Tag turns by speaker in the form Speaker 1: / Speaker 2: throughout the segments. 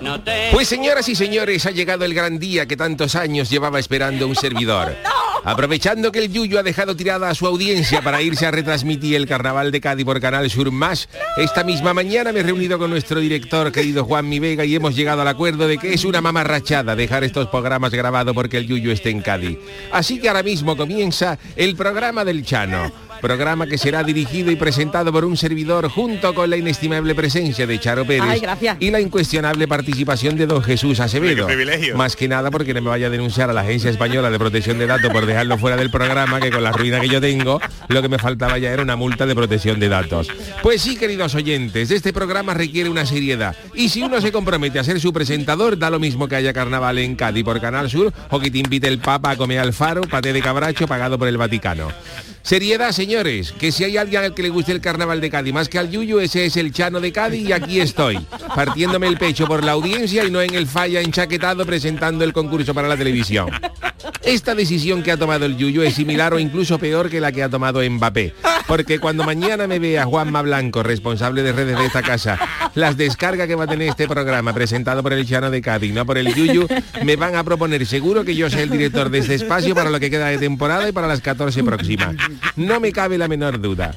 Speaker 1: No te...
Speaker 2: Pues señoras y señores, ha llegado el gran día que tantos años llevaba esperando un servidor. Aprovechando que el Yuyo ha dejado tirada a su audiencia para irse a retransmitir el carnaval de Cádiz por Canal Sur Más, esta misma mañana me he reunido con nuestro director, querido Juan Mi Vega, y hemos llegado al acuerdo de que es una mamarrachada dejar estos programas grabados porque el Yuyo esté en Cádiz. Así que ahora mismo comienza el programa del Chano, programa que será dirigido y presentado por un servidor junto con la inestimable presencia de Charo Pérez
Speaker 3: Ay, gracias.
Speaker 2: y la incuestionable participación de don Jesús Acevedo.
Speaker 4: Hombre, qué privilegio.
Speaker 2: Más que nada porque no me vaya a denunciar a la Agencia Española de Protección de Datos por dejarlo fuera del programa, que con la ruina que yo tengo, lo que me faltaba ya era una multa de protección de datos. Pues sí, queridos oyentes, este programa requiere una seriedad. Y si uno se compromete a ser su presentador, da lo mismo que haya carnaval en Cádiz por Canal Sur o que te invite el Papa a comer al faro, paté de cabracho pagado por el Vaticano. Seriedad, señores, que si hay alguien al que le guste el carnaval de Cádiz más que al Yuyu, ese es el Chano de Cádiz y aquí estoy, partiéndome el pecho por la audiencia y no en el falla enchaquetado presentando el concurso para la televisión. Esta decisión que ha tomado el Yuyu es similar o incluso peor que la que ha tomado Mbappé. Porque cuando mañana me vea Juanma Blanco, responsable de redes de esta casa, las descargas que va a tener este programa presentado por el Chano de Cádiz, no por el Yuyu, me van a proponer seguro que yo sea el director de este espacio para lo que queda de temporada y para las 14 próximas. No me cabe la menor duda.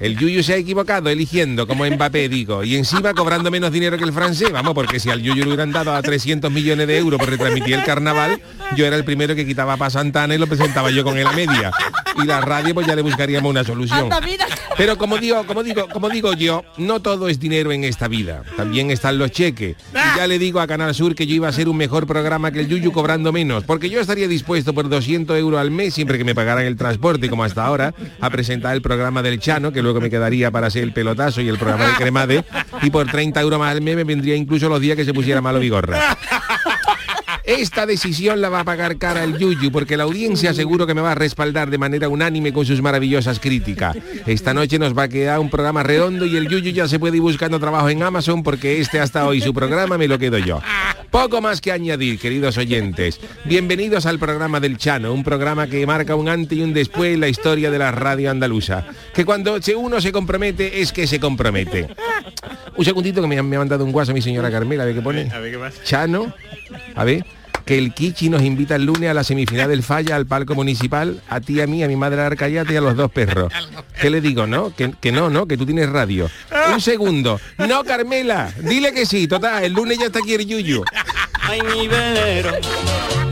Speaker 2: El Yuyu se ha equivocado eligiendo como Mbappé, digo, y encima cobrando menos dinero que el francés. Vamos, porque si al Yuyu le hubieran dado a 300 millones de euros por retransmitir el carnaval, yo era el primero que quitaba para Santana y lo presentaba yo con él a media. Y la radio, pues ya le buscaríamos una solución.
Speaker 3: Anda, mira.
Speaker 2: Pero como digo, como digo, como digo yo, no todo es dinero en esta vida. También están los cheques. Y ya le digo a Canal Sur que yo iba a ser un mejor programa que el Yuyu cobrando menos, porque yo estaría dispuesto por 200 euros al mes siempre que me pagaran el transporte, como hasta ahora, a presentar el programa del Chano, que luego me quedaría para hacer el pelotazo y el programa de Cremade, y por 30 euros más al mes me vendría incluso los días que se pusiera malo Vigorra. Esta decisión la va a pagar cara el Yuyu porque la audiencia seguro que me va a respaldar de manera unánime con sus maravillosas críticas. Esta noche nos va a quedar un programa redondo y el Yuyu ya se puede ir buscando trabajo en Amazon porque este hasta hoy su programa me lo quedo yo. Poco más que añadir, queridos oyentes. Bienvenidos al programa del Chano, un programa que marca un antes y un después en la historia de la radio andaluza. Que cuando se- uno se compromete es que se compromete. Un segundito que me, han- me ha mandado un guaso mi señora Carmela, a ver qué pone.
Speaker 4: A ver qué pasa.
Speaker 2: Chano, a ver, que el Kichi nos invita el lunes a la semifinal del Falla, al palco municipal, a ti, a mí, a mi madre Arcayate y a los dos perros. ¿Qué le digo, no? Que, que no, no, que tú tienes radio. Un segundo. No, Carmela, dile que sí, total, el lunes ya está aquí el Yuyu.
Speaker 1: Ay, mi velero,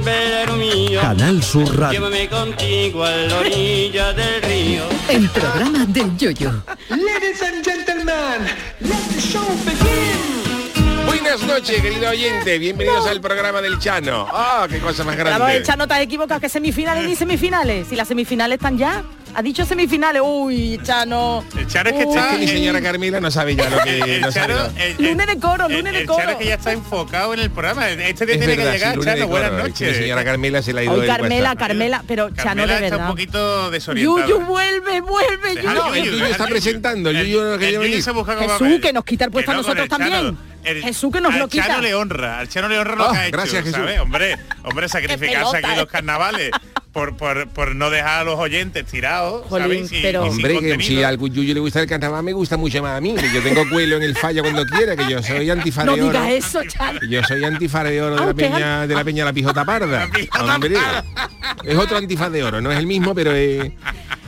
Speaker 1: velero mío,
Speaker 5: Canal Sur Radio.
Speaker 1: llévame contigo a la orilla del río.
Speaker 6: El programa del Yoyo.
Speaker 7: Ladies and gentlemen, let the show begin.
Speaker 2: Buenas noches, querido oyente, bienvenidos al programa del Chano. ¡Ah, qué cosa más
Speaker 3: Claro,
Speaker 2: grande!
Speaker 3: Chano, te has equivocado, que semifinales ni semifinales. Si las semifinales están ya. Ha dicho semifinales. Uy, Chano.
Speaker 4: El Chano es que
Speaker 3: Uy.
Speaker 2: Es que mi señora Carmela no sabe ya lo que...
Speaker 4: El
Speaker 2: Eh, no sabe
Speaker 4: Chano, este
Speaker 2: nada.
Speaker 4: el- el-
Speaker 3: Lunes de coro,
Speaker 4: el-
Speaker 3: lunes de
Speaker 4: el
Speaker 3: coro.
Speaker 4: Chano que ya está enfocado en el programa. Este día
Speaker 2: Es
Speaker 4: tiene
Speaker 2: verdad,
Speaker 4: que llegar,
Speaker 2: sí, lunes de
Speaker 4: Chano. Buenas
Speaker 2: coro, es que mi
Speaker 4: noches.
Speaker 2: señora Carmela se la ha ido
Speaker 3: Ay,
Speaker 2: del
Speaker 3: Carmela,
Speaker 2: WhatsApp.
Speaker 3: Carmela, pero Chano,
Speaker 4: Carmela
Speaker 3: de
Speaker 4: está un
Speaker 3: verdad.
Speaker 4: poquito desorientado.
Speaker 3: Yuyu, vuelve, vuelve,
Speaker 4: Deja al
Speaker 2: No,
Speaker 3: Yuyu.
Speaker 2: el
Speaker 4: Yuyu,
Speaker 2: Yuyu
Speaker 4: deja
Speaker 2: está
Speaker 4: al
Speaker 2: presentando, el Yuyu no quería
Speaker 4: Yuyu
Speaker 2: venir.
Speaker 4: se busca como-
Speaker 3: Jesús, que nos quita el puesto a
Speaker 4: Que no, con
Speaker 3: nosotros
Speaker 4: el Chano.
Speaker 3: también. Jesús, que nos
Speaker 4: al
Speaker 3: lo quita.
Speaker 4: Chano le honra, al Chano le honra lo
Speaker 2: Oh,
Speaker 4: que ha hecho.
Speaker 2: gracias, Jesús.
Speaker 4: ¿sabes? Hombre, hombre, sacrificarse
Speaker 3: pelota,
Speaker 4: aquí
Speaker 3: eh.
Speaker 4: los carnavales por, por, por no dejar a los oyentes tirados,
Speaker 3: Jolín,
Speaker 4: ¿sabes? Y-
Speaker 3: pero-
Speaker 4: y sin
Speaker 2: Hombre, que si
Speaker 4: contenido.
Speaker 2: al Yuyu le gusta el carnaval, me gusta mucho más a mí, que yo tengo cuelo en el falla cuando quiera, que yo soy antifaz
Speaker 3: No
Speaker 2: de oro.
Speaker 3: digas eso, Chano.
Speaker 2: Yo soy antifaz de oro de
Speaker 3: Ah,
Speaker 2: la
Speaker 3: usted es
Speaker 2: peña, de la peña La Pijota Parda.
Speaker 4: Pijota
Speaker 2: Hombre,
Speaker 4: Parda.
Speaker 2: es otro antifaz de oro, no es el mismo, pero es...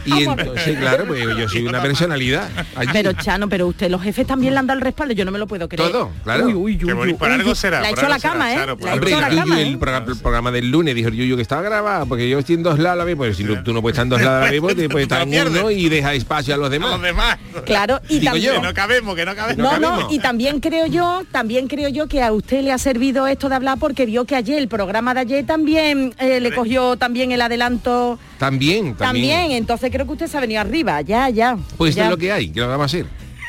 Speaker 2: Y entonces, claro, pues yo soy una personalidad. allí.
Speaker 3: Pero Chano, pero usted, los jefes también le han dado el respaldo, yo no me lo puedo creer.
Speaker 2: Todo, claro.
Speaker 3: Uy, uy,
Speaker 4: Que
Speaker 3: uy,
Speaker 4: bueno, y
Speaker 3: uy,
Speaker 4: por
Speaker 3: uy,
Speaker 4: algo
Speaker 3: uy.
Speaker 4: será,
Speaker 3: La ha
Speaker 4: por
Speaker 3: hecho la
Speaker 4: algo será,
Speaker 3: cama, ¿eh?
Speaker 4: Chano, por
Speaker 3: La ha
Speaker 2: Hombre,
Speaker 3: hecho
Speaker 2: el,
Speaker 3: la
Speaker 2: Yuyu,
Speaker 3: cama,
Speaker 2: el
Speaker 3: ¿eh?
Speaker 2: programa, el programa del lunes dijo el Yuyu que estaba grabado, porque yo estoy en dos lados a la vez, pues si tú no puedes estar en dos lados a la vez, pues, pues estás en uno y deja espacio a los
Speaker 4: A
Speaker 2: demás.
Speaker 4: los demás.
Speaker 3: Ah. Claro, y
Speaker 2: Digo
Speaker 3: también...
Speaker 2: yo.
Speaker 4: Que no cabemos, que no cabemos.
Speaker 3: No, no,
Speaker 2: cabemos.
Speaker 3: y también creo yo, también creo yo que a usted le ha servido esto de hablar porque vio que ayer el programa de ayer también eh, le cogió también el adelanto
Speaker 2: También,
Speaker 3: también.
Speaker 2: también.
Speaker 3: entonces creo que usted se ha venido arriba, ya, ya.
Speaker 2: Pues esto
Speaker 3: ya.
Speaker 2: es lo que hay, que lo vamos a hacer.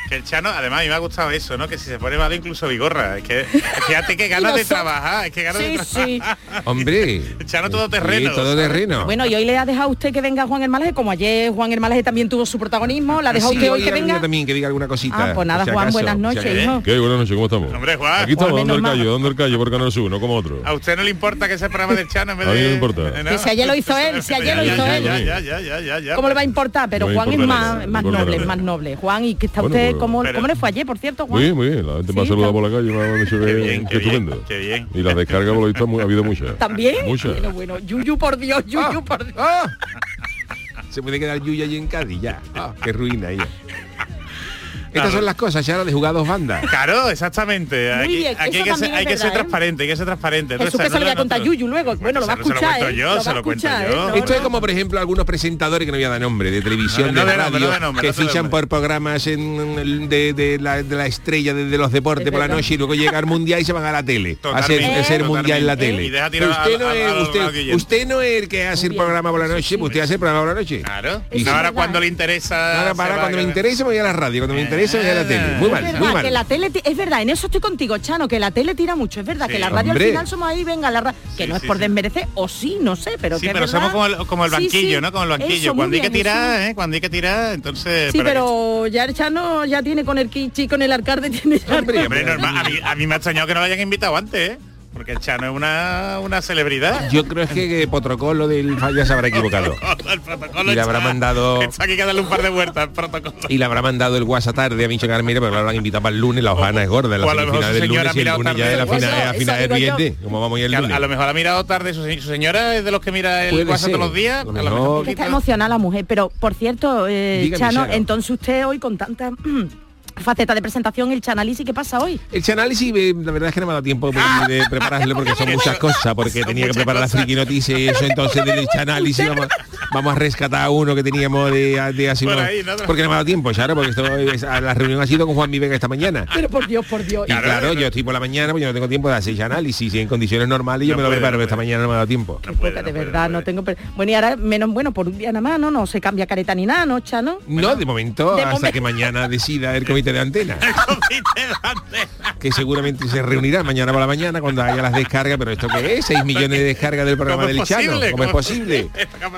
Speaker 4: Que el Chano, además a mí me ha gustado eso, ¿no? Que si se pone malo incluso Vigorra. Es que fíjate que ganas de
Speaker 3: Los ojos.
Speaker 4: trabajar, es que ganas de
Speaker 3: Sí,
Speaker 4: trabajar.
Speaker 3: sí.
Speaker 2: Hombre.
Speaker 4: El Chano todo terreno,
Speaker 2: Sí, todo
Speaker 4: ¿sabes?
Speaker 2: terreno.
Speaker 3: Bueno, y hoy le ha dejado a usted que venga Juan Hermalaje, como ayer Juan Hermalaje también tuvo su protagonismo, la ha dejado
Speaker 2: Sí,
Speaker 3: usted hoy que
Speaker 2: algún día
Speaker 3: venga.
Speaker 2: también que diga alguna cosita.
Speaker 3: Ah, pues nada,
Speaker 2: si
Speaker 3: Juan,
Speaker 2: acaso,
Speaker 3: buenas
Speaker 2: si
Speaker 3: noches,
Speaker 2: acaso.
Speaker 3: hijo.
Speaker 5: ¿Qué? Buenas noches, ¿cómo estamos?
Speaker 4: Hombre, Juan.
Speaker 5: Aquí estamos
Speaker 3: Hombre,
Speaker 5: dando el
Speaker 3: normal.
Speaker 5: callo, dando el callo por Canal Sur, no como otro.
Speaker 4: A usted no le importa que ese programa del Chano en vez
Speaker 5: A mí
Speaker 4: de...
Speaker 5: no me importa.
Speaker 4: ¿no?
Speaker 3: Que si ayer lo hizo él, si ayer lo
Speaker 4: Ya,
Speaker 3: hizo
Speaker 4: ya,
Speaker 3: él.
Speaker 4: ya, ya, ya, ya, ya, ya.
Speaker 3: ¿Cómo le va a importar? Pero
Speaker 5: No
Speaker 3: Juan es
Speaker 5: importa
Speaker 3: más,
Speaker 5: nada,
Speaker 3: es
Speaker 5: no
Speaker 3: más
Speaker 5: importa
Speaker 3: noble,
Speaker 5: nada.
Speaker 3: es más noble. Juan, ¿y qué está
Speaker 5: Bueno,
Speaker 3: usted?
Speaker 5: pero-
Speaker 3: ¿Cómo,
Speaker 4: pero-
Speaker 3: cómo le fue ayer, por cierto, Juan?
Speaker 5: Muy bien, muy bien. La gente me ha
Speaker 3: Sí,
Speaker 5: saludado
Speaker 3: tam-
Speaker 5: por la calle, me ha dicho
Speaker 4: Qué
Speaker 5: que, que
Speaker 4: bien, qué bien,
Speaker 5: eh, estupendo.
Speaker 4: qué bien.
Speaker 5: Y las descargas por lo visto mu- ha habido muchas.
Speaker 3: ¿También?
Speaker 5: Muchas.
Speaker 3: Bueno, bueno, Yuyu, por Dios, Yuyu, por Dios.
Speaker 2: ¡Ah! Se puede quedar Yuya allí en Cádiz, ya. Ah, qué ruina ella. Estas son las cosas, Charo, de jugar dos bandas.
Speaker 4: Claro, exactamente.
Speaker 3: Muy
Speaker 4: Aquí,
Speaker 3: bien,
Speaker 4: aquí
Speaker 3: eso
Speaker 4: hay, que ser,
Speaker 3: también es
Speaker 4: hay que ser
Speaker 3: verdad, ¿eh?
Speaker 4: transparente, hay que ser transparente. No
Speaker 3: Jesús,
Speaker 4: está-
Speaker 3: que se
Speaker 4: no
Speaker 3: lo voy a contar a
Speaker 4: nosotros.
Speaker 3: Yuyu luego. Bueno, lo va a
Speaker 4: se
Speaker 3: escuchar,
Speaker 4: cuento
Speaker 3: ¿eh?
Speaker 4: yo,
Speaker 3: Lo
Speaker 4: se
Speaker 3: va a
Speaker 4: lo cuento
Speaker 3: escuchar, ¿eh?
Speaker 4: yo.
Speaker 3: No,
Speaker 2: Esto es como, por ejemplo, algunos presentadores que no voy a dar nombre, de televisión, de
Speaker 4: No, no de nombre,
Speaker 2: radio,
Speaker 4: no de nombre,
Speaker 2: que
Speaker 4: no de
Speaker 2: fichan
Speaker 4: nombre.
Speaker 2: por programas en- de, de la, de la estrella de, de los deportes
Speaker 3: Es
Speaker 2: por la
Speaker 3: verdad.
Speaker 2: noche y luego llega al mundial y se van a la tele.
Speaker 4: Totalmente,
Speaker 2: a hacer, a hacer
Speaker 4: totalmente.
Speaker 2: mundial en la
Speaker 4: Y
Speaker 2: tele.
Speaker 4: deja
Speaker 2: Pero
Speaker 4: tirar
Speaker 2: usted,
Speaker 4: al-
Speaker 2: no
Speaker 4: al-
Speaker 2: es,
Speaker 4: al
Speaker 2: usted-
Speaker 4: oyente.
Speaker 2: usted no es el que hace el
Speaker 3: Bien.
Speaker 2: programa por la noche, pues usted hace el programa por la noche.
Speaker 4: Claro.
Speaker 2: Y
Speaker 4: ahora
Speaker 3: verdad.
Speaker 4: cuando le interesa...
Speaker 2: Ahora
Speaker 4: se
Speaker 2: para
Speaker 4: va Ah.
Speaker 2: cuando
Speaker 4: a-
Speaker 2: me interese me voy a la radio, cuando me interese me voy a la tele. Muy mal,
Speaker 3: Es
Speaker 2: muy
Speaker 3: verdad,
Speaker 2: mal.
Speaker 3: que la tele ti- es verdad, en eso estoy contigo, Chano, que la tele tira mucho, es verdad,
Speaker 4: Sí.
Speaker 3: que la radio
Speaker 2: Hombre.
Speaker 3: al final somos ahí, venga, la ra- que
Speaker 4: Sí,
Speaker 3: no es
Speaker 4: sí,
Speaker 3: por
Speaker 4: sí.
Speaker 3: desmerecer, o sí, no sé, pero
Speaker 4: Sí,
Speaker 3: que es
Speaker 4: pero
Speaker 3: verdad.
Speaker 4: somos como el, como el
Speaker 3: Sí, sí,
Speaker 4: banquillo, ¿no? Como el banquillo.
Speaker 3: eso, muy
Speaker 4: cuando hay
Speaker 3: bien,
Speaker 4: que tirar,
Speaker 3: Jesús.
Speaker 4: ¿eh? Cuando hay que tirar,
Speaker 2: Eh,
Speaker 4: entonces...
Speaker 3: Sí,
Speaker 4: que-
Speaker 3: pero ya el Chano ya tiene con el Kichi, con el Arcarde, tiene ya-
Speaker 2: Hombre,
Speaker 4: Hombre, normal. A mí, a mí me ha extrañado que no lo hayan invitado antes, ¿eh? Porque el Chano es una, una celebridad.
Speaker 2: Yo creo es que, que Potrocó lo del falla se habrá equivocado.
Speaker 4: el protocolo
Speaker 2: Y le habrá
Speaker 4: está-
Speaker 2: mandado-
Speaker 4: Está aquí que darle un par de vueltas al protocolo.
Speaker 2: Y le habrá mandado el WhatsApp tarde a Michel Carmira, pero claro, lo han invitado para el lunes, la hojana es gorda, en
Speaker 4: o
Speaker 2: la
Speaker 4: a lo mejor
Speaker 2: semifinal
Speaker 4: su
Speaker 2: del lunes
Speaker 4: señora
Speaker 2: y el
Speaker 4: ha
Speaker 2: lunes
Speaker 4: mirado
Speaker 2: ya es la
Speaker 4: tarde.
Speaker 2: final, es la
Speaker 3: Eso-
Speaker 2: final
Speaker 3: eso
Speaker 2: del
Speaker 3: digo yo.
Speaker 2: billete, como vamos a ir el
Speaker 4: Que a, lo-
Speaker 2: lunes.
Speaker 4: a lo mejor ha mirado tarde su, su señora, es de los que mira el
Speaker 2: Puede
Speaker 4: WhatsApp
Speaker 2: ser.
Speaker 4: todos los días.
Speaker 2: A lo
Speaker 4: a lo
Speaker 2: mejor-
Speaker 4: mejor un
Speaker 3: Que está
Speaker 4: poquito-
Speaker 3: emocionada la mujer, pero por cierto, eh,
Speaker 2: Dígame,
Speaker 3: Chano,
Speaker 2: Charo.
Speaker 3: entonces usted hoy con tanta faceta de presentación, el Chanalisi, ¿qué pasa hoy?
Speaker 2: El análisis, eh, la verdad es que no me ha dado tiempo de, de prepararlo porque son muchas cosas, porque
Speaker 4: Ah. Son
Speaker 2: tenía que
Speaker 4: muchas
Speaker 2: preparar las
Speaker 4: cosas.
Speaker 2: friki noticias y eso, entonces del análisis vamos, vamos a rescatar a uno que teníamos de, de hace
Speaker 4: Por
Speaker 2: unos-
Speaker 4: ahí, ¿no?
Speaker 2: Porque no me ha dado tiempo, Charo, porque esto, es- la reunión ha sido con Juan Vivega esta mañana.
Speaker 3: Pero por Dios, por Dios.
Speaker 2: Y claro, yo estoy por la mañana, pues yo no tengo tiempo de hacer ese análisis. Y en condiciones normales yo
Speaker 4: No
Speaker 2: me lo
Speaker 4: puede,
Speaker 2: preparo,
Speaker 4: no
Speaker 2: pero esta
Speaker 4: puede.
Speaker 2: mañana no me ha dado tiempo.
Speaker 3: Qué
Speaker 4: No puede,
Speaker 3: poca, de
Speaker 4: no puede,
Speaker 3: verdad,
Speaker 4: no
Speaker 3: no
Speaker 4: puede.
Speaker 3: tengo... per- Bueno, y ahora menos bueno, por un día nada más, ¿no? No se cambia careta ni nada, ¿no, Chano?
Speaker 2: No, de momento,
Speaker 3: De
Speaker 2: hasta
Speaker 3: momento.
Speaker 2: que mañana decida el comité de antena,
Speaker 4: Comité de antena.
Speaker 2: que seguramente se reunirá mañana por la mañana cuando haya las descargas, pero esto qué es, 6 millones de descargas del programa
Speaker 4: ¿Cómo
Speaker 2: del
Speaker 4: es
Speaker 2: Chano,
Speaker 4: posible?
Speaker 2: ¿cómo es posible?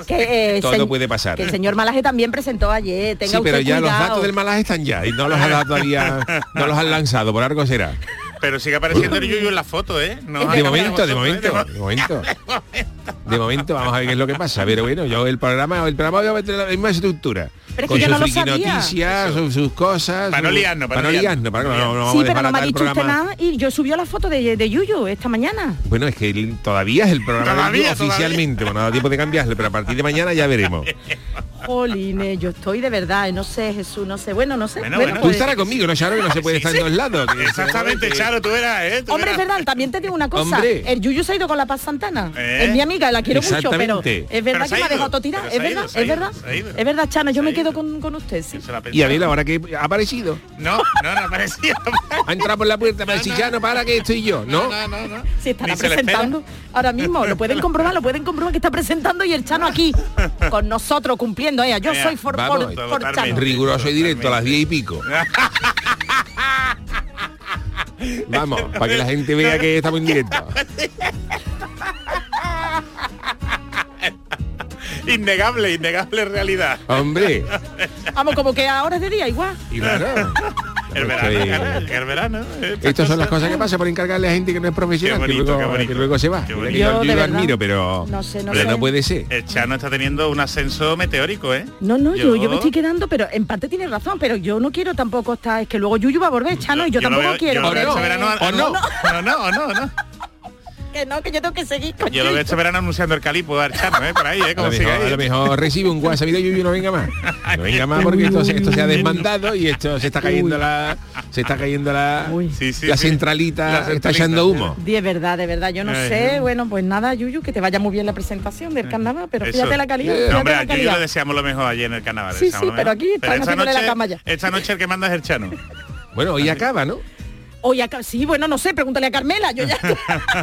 Speaker 3: Que, eh,
Speaker 2: Todo
Speaker 3: señ-
Speaker 2: puede pasar.
Speaker 3: Que el señor Malaje también presentó ayer, tenga
Speaker 2: Sí, pero
Speaker 3: usted
Speaker 2: ya los
Speaker 3: cuidado.
Speaker 2: datos del malaje están ya y no los han dado todavía, no los han lanzado, por algo será.
Speaker 4: Pero sigue apareciendo el Yuyu en la foto, ¿eh? No,
Speaker 2: De
Speaker 4: ahora
Speaker 2: momento, de
Speaker 4: vosotros, ¿eh?
Speaker 2: momento,
Speaker 4: De
Speaker 2: de
Speaker 4: mo-
Speaker 2: momento. De momento vamos a ver qué es lo que pasa. Pero bueno, yo el programa, el programa voy a meter la misma estructura.
Speaker 3: Pero es
Speaker 2: con
Speaker 3: que yo
Speaker 2: sus
Speaker 3: no lo
Speaker 2: friki
Speaker 3: sabía.
Speaker 2: noticias, sus, sus cosas.
Speaker 4: Para no
Speaker 2: sus-
Speaker 4: liarnos, para
Speaker 2: para no
Speaker 4: no
Speaker 2: liarnos,
Speaker 4: liarnos.
Speaker 2: para que no, no vamos
Speaker 3: sí,
Speaker 2: a
Speaker 3: pero no me
Speaker 2: desbaratar
Speaker 3: ha
Speaker 2: el
Speaker 3: dicho usted
Speaker 2: programa.
Speaker 3: nada y yo subió la foto de, de Yuyu esta mañana.
Speaker 2: Bueno, es que el- todavía es el programa del
Speaker 4: Todavía,
Speaker 2: día
Speaker 4: todavía.
Speaker 2: oficialmente, bueno, no da tiempo de cambiarle, pero a partir de mañana ya veremos.
Speaker 3: Jolines, yo estoy de verdad, eh, no sé, Jesús, no sé, bueno, no sé.
Speaker 4: Bueno, bueno,
Speaker 2: Tú
Speaker 3: pues-
Speaker 2: estarás conmigo, ¿no, Charo? Que no se puede
Speaker 4: Sí,
Speaker 2: estar
Speaker 4: sí.
Speaker 2: en dos lados. que-
Speaker 4: Exactamente,
Speaker 2: que-
Speaker 4: Charo, tú verás, ¿eh? Tú
Speaker 3: Hombre, es
Speaker 4: verás.
Speaker 3: verdad, también te digo una cosa.
Speaker 2: Hombre.
Speaker 3: El Yuyu se ha ido con la paz Santana.
Speaker 4: ¿Eh?
Speaker 3: Es mi amiga, la quiero mucho, pero
Speaker 2: Exactamente.
Speaker 3: es
Speaker 4: Pero
Speaker 3: verdad
Speaker 4: se
Speaker 3: que
Speaker 4: ha
Speaker 3: me ha
Speaker 4: ido,
Speaker 3: dejado tirar.
Speaker 4: pero
Speaker 3: Es
Speaker 4: se ha
Speaker 3: verdad,
Speaker 4: ido, se ha
Speaker 3: es
Speaker 4: ido,
Speaker 3: verdad.
Speaker 4: se ha ido.
Speaker 3: Es verdad, Chano, yo
Speaker 4: Se
Speaker 3: me
Speaker 4: ha
Speaker 3: quedo
Speaker 4: ido.
Speaker 3: con, con usted, sí.
Speaker 4: Se la
Speaker 2: Y a ver
Speaker 4: pensaba.
Speaker 2: ahora que ha aparecido.
Speaker 4: No, no, no aparecía.
Speaker 2: Ha entrado por la puerta, para decir, ya no, para que estoy yo, ¿no?
Speaker 4: no, no, no.
Speaker 3: Se estará
Speaker 4: Ni se le espera.
Speaker 3: presentando ahora mismo, lo pueden comprobar, lo pueden comprobar que está presentando y el Chano aquí, con nosotros cumpliendo ella. Yo
Speaker 4: Ea,
Speaker 3: soy for,
Speaker 2: vamos,
Speaker 3: por- por
Speaker 4: totalmente.
Speaker 3: Chano.
Speaker 2: Riguroso y directo a las 10 y pico. Vamos, para que la gente vea que estamos en directo.
Speaker 4: Innegable, innegable realidad.
Speaker 2: Hombre,
Speaker 3: Vamos, como que ahora es de día, igual.
Speaker 2: y claro.
Speaker 4: El verano,
Speaker 2: Esto
Speaker 4: cara, el verano. ¿eh?
Speaker 2: es- Estas son las cosas que pasan por encargarle a gente que no es profesional,
Speaker 4: Qué
Speaker 2: que,
Speaker 4: bonito, qué
Speaker 2: luego,
Speaker 4: bonito.
Speaker 2: que luego se va.
Speaker 4: Qué
Speaker 2: Mira
Speaker 4: bonito. Eh,
Speaker 2: que yo,
Speaker 3: Yo,
Speaker 2: yo
Speaker 3: de
Speaker 2: lo
Speaker 3: verdad,
Speaker 2: admiro, pero
Speaker 3: no sé, no
Speaker 2: pero
Speaker 3: sé.
Speaker 2: no puede ser.
Speaker 4: El Chano está teniendo un ascenso meteórico, ¿eh?
Speaker 3: No, no, yo, yo me estoy quedando, pero en parte tiene razón, pero yo no quiero tampoco estar, es que luego Yuyu va a volver, Chano, y yo,
Speaker 4: lo
Speaker 3: tampoco
Speaker 4: veo-
Speaker 3: quiero.
Speaker 4: yo lo
Speaker 2: ¿O
Speaker 4: veo
Speaker 2: no?
Speaker 4: este verano-
Speaker 2: ¿O no?
Speaker 4: No, no, o no, o no.
Speaker 3: Que no, que yo tengo que seguir con
Speaker 4: Yo lo veo
Speaker 3: Yuyu.
Speaker 4: este verano anunciando el calipo al Chano, ¿eh? Por ahí, ¿eh?
Speaker 2: A lo,
Speaker 4: Como sigue
Speaker 2: mejor,
Speaker 4: ahí.
Speaker 2: a lo mejor recibe un WhatsApp y Yuyu no venga más. No venga más porque esto, se- esto se ha desmandado y esto se está cayendo la se está cayendo la,
Speaker 3: Uy.
Speaker 4: Sí, sí,
Speaker 2: la
Speaker 4: sí.
Speaker 2: centralita,
Speaker 4: La
Speaker 2: está
Speaker 4: centralita.
Speaker 2: echando humo.
Speaker 3: De verdad, de verdad, yo no
Speaker 4: Ay,
Speaker 3: sé.
Speaker 4: no.
Speaker 3: Bueno, pues nada, Yuyu, que te vaya muy bien la presentación del carnaval, pero
Speaker 4: Eh, Eso.
Speaker 3: fíjate la calidad.
Speaker 4: No,
Speaker 3: fíjate
Speaker 4: hombre,
Speaker 3: la
Speaker 4: a Yuyu
Speaker 3: calidad.
Speaker 4: le deseamos lo mejor ayer en el carnaval.
Speaker 3: Sí,
Speaker 4: deseamos
Speaker 3: sí,
Speaker 4: lo
Speaker 3: pero
Speaker 4: mejor.
Speaker 3: aquí están
Speaker 4: esta
Speaker 3: haciéndole la
Speaker 4: noche,
Speaker 3: cama ya.
Speaker 4: Esta noche el que manda es el Chano.
Speaker 2: Bueno, hoy acaba, ¿no?
Speaker 3: Hoy acá, sí, bueno, no sé, pregúntale a Carmela. Yo ya...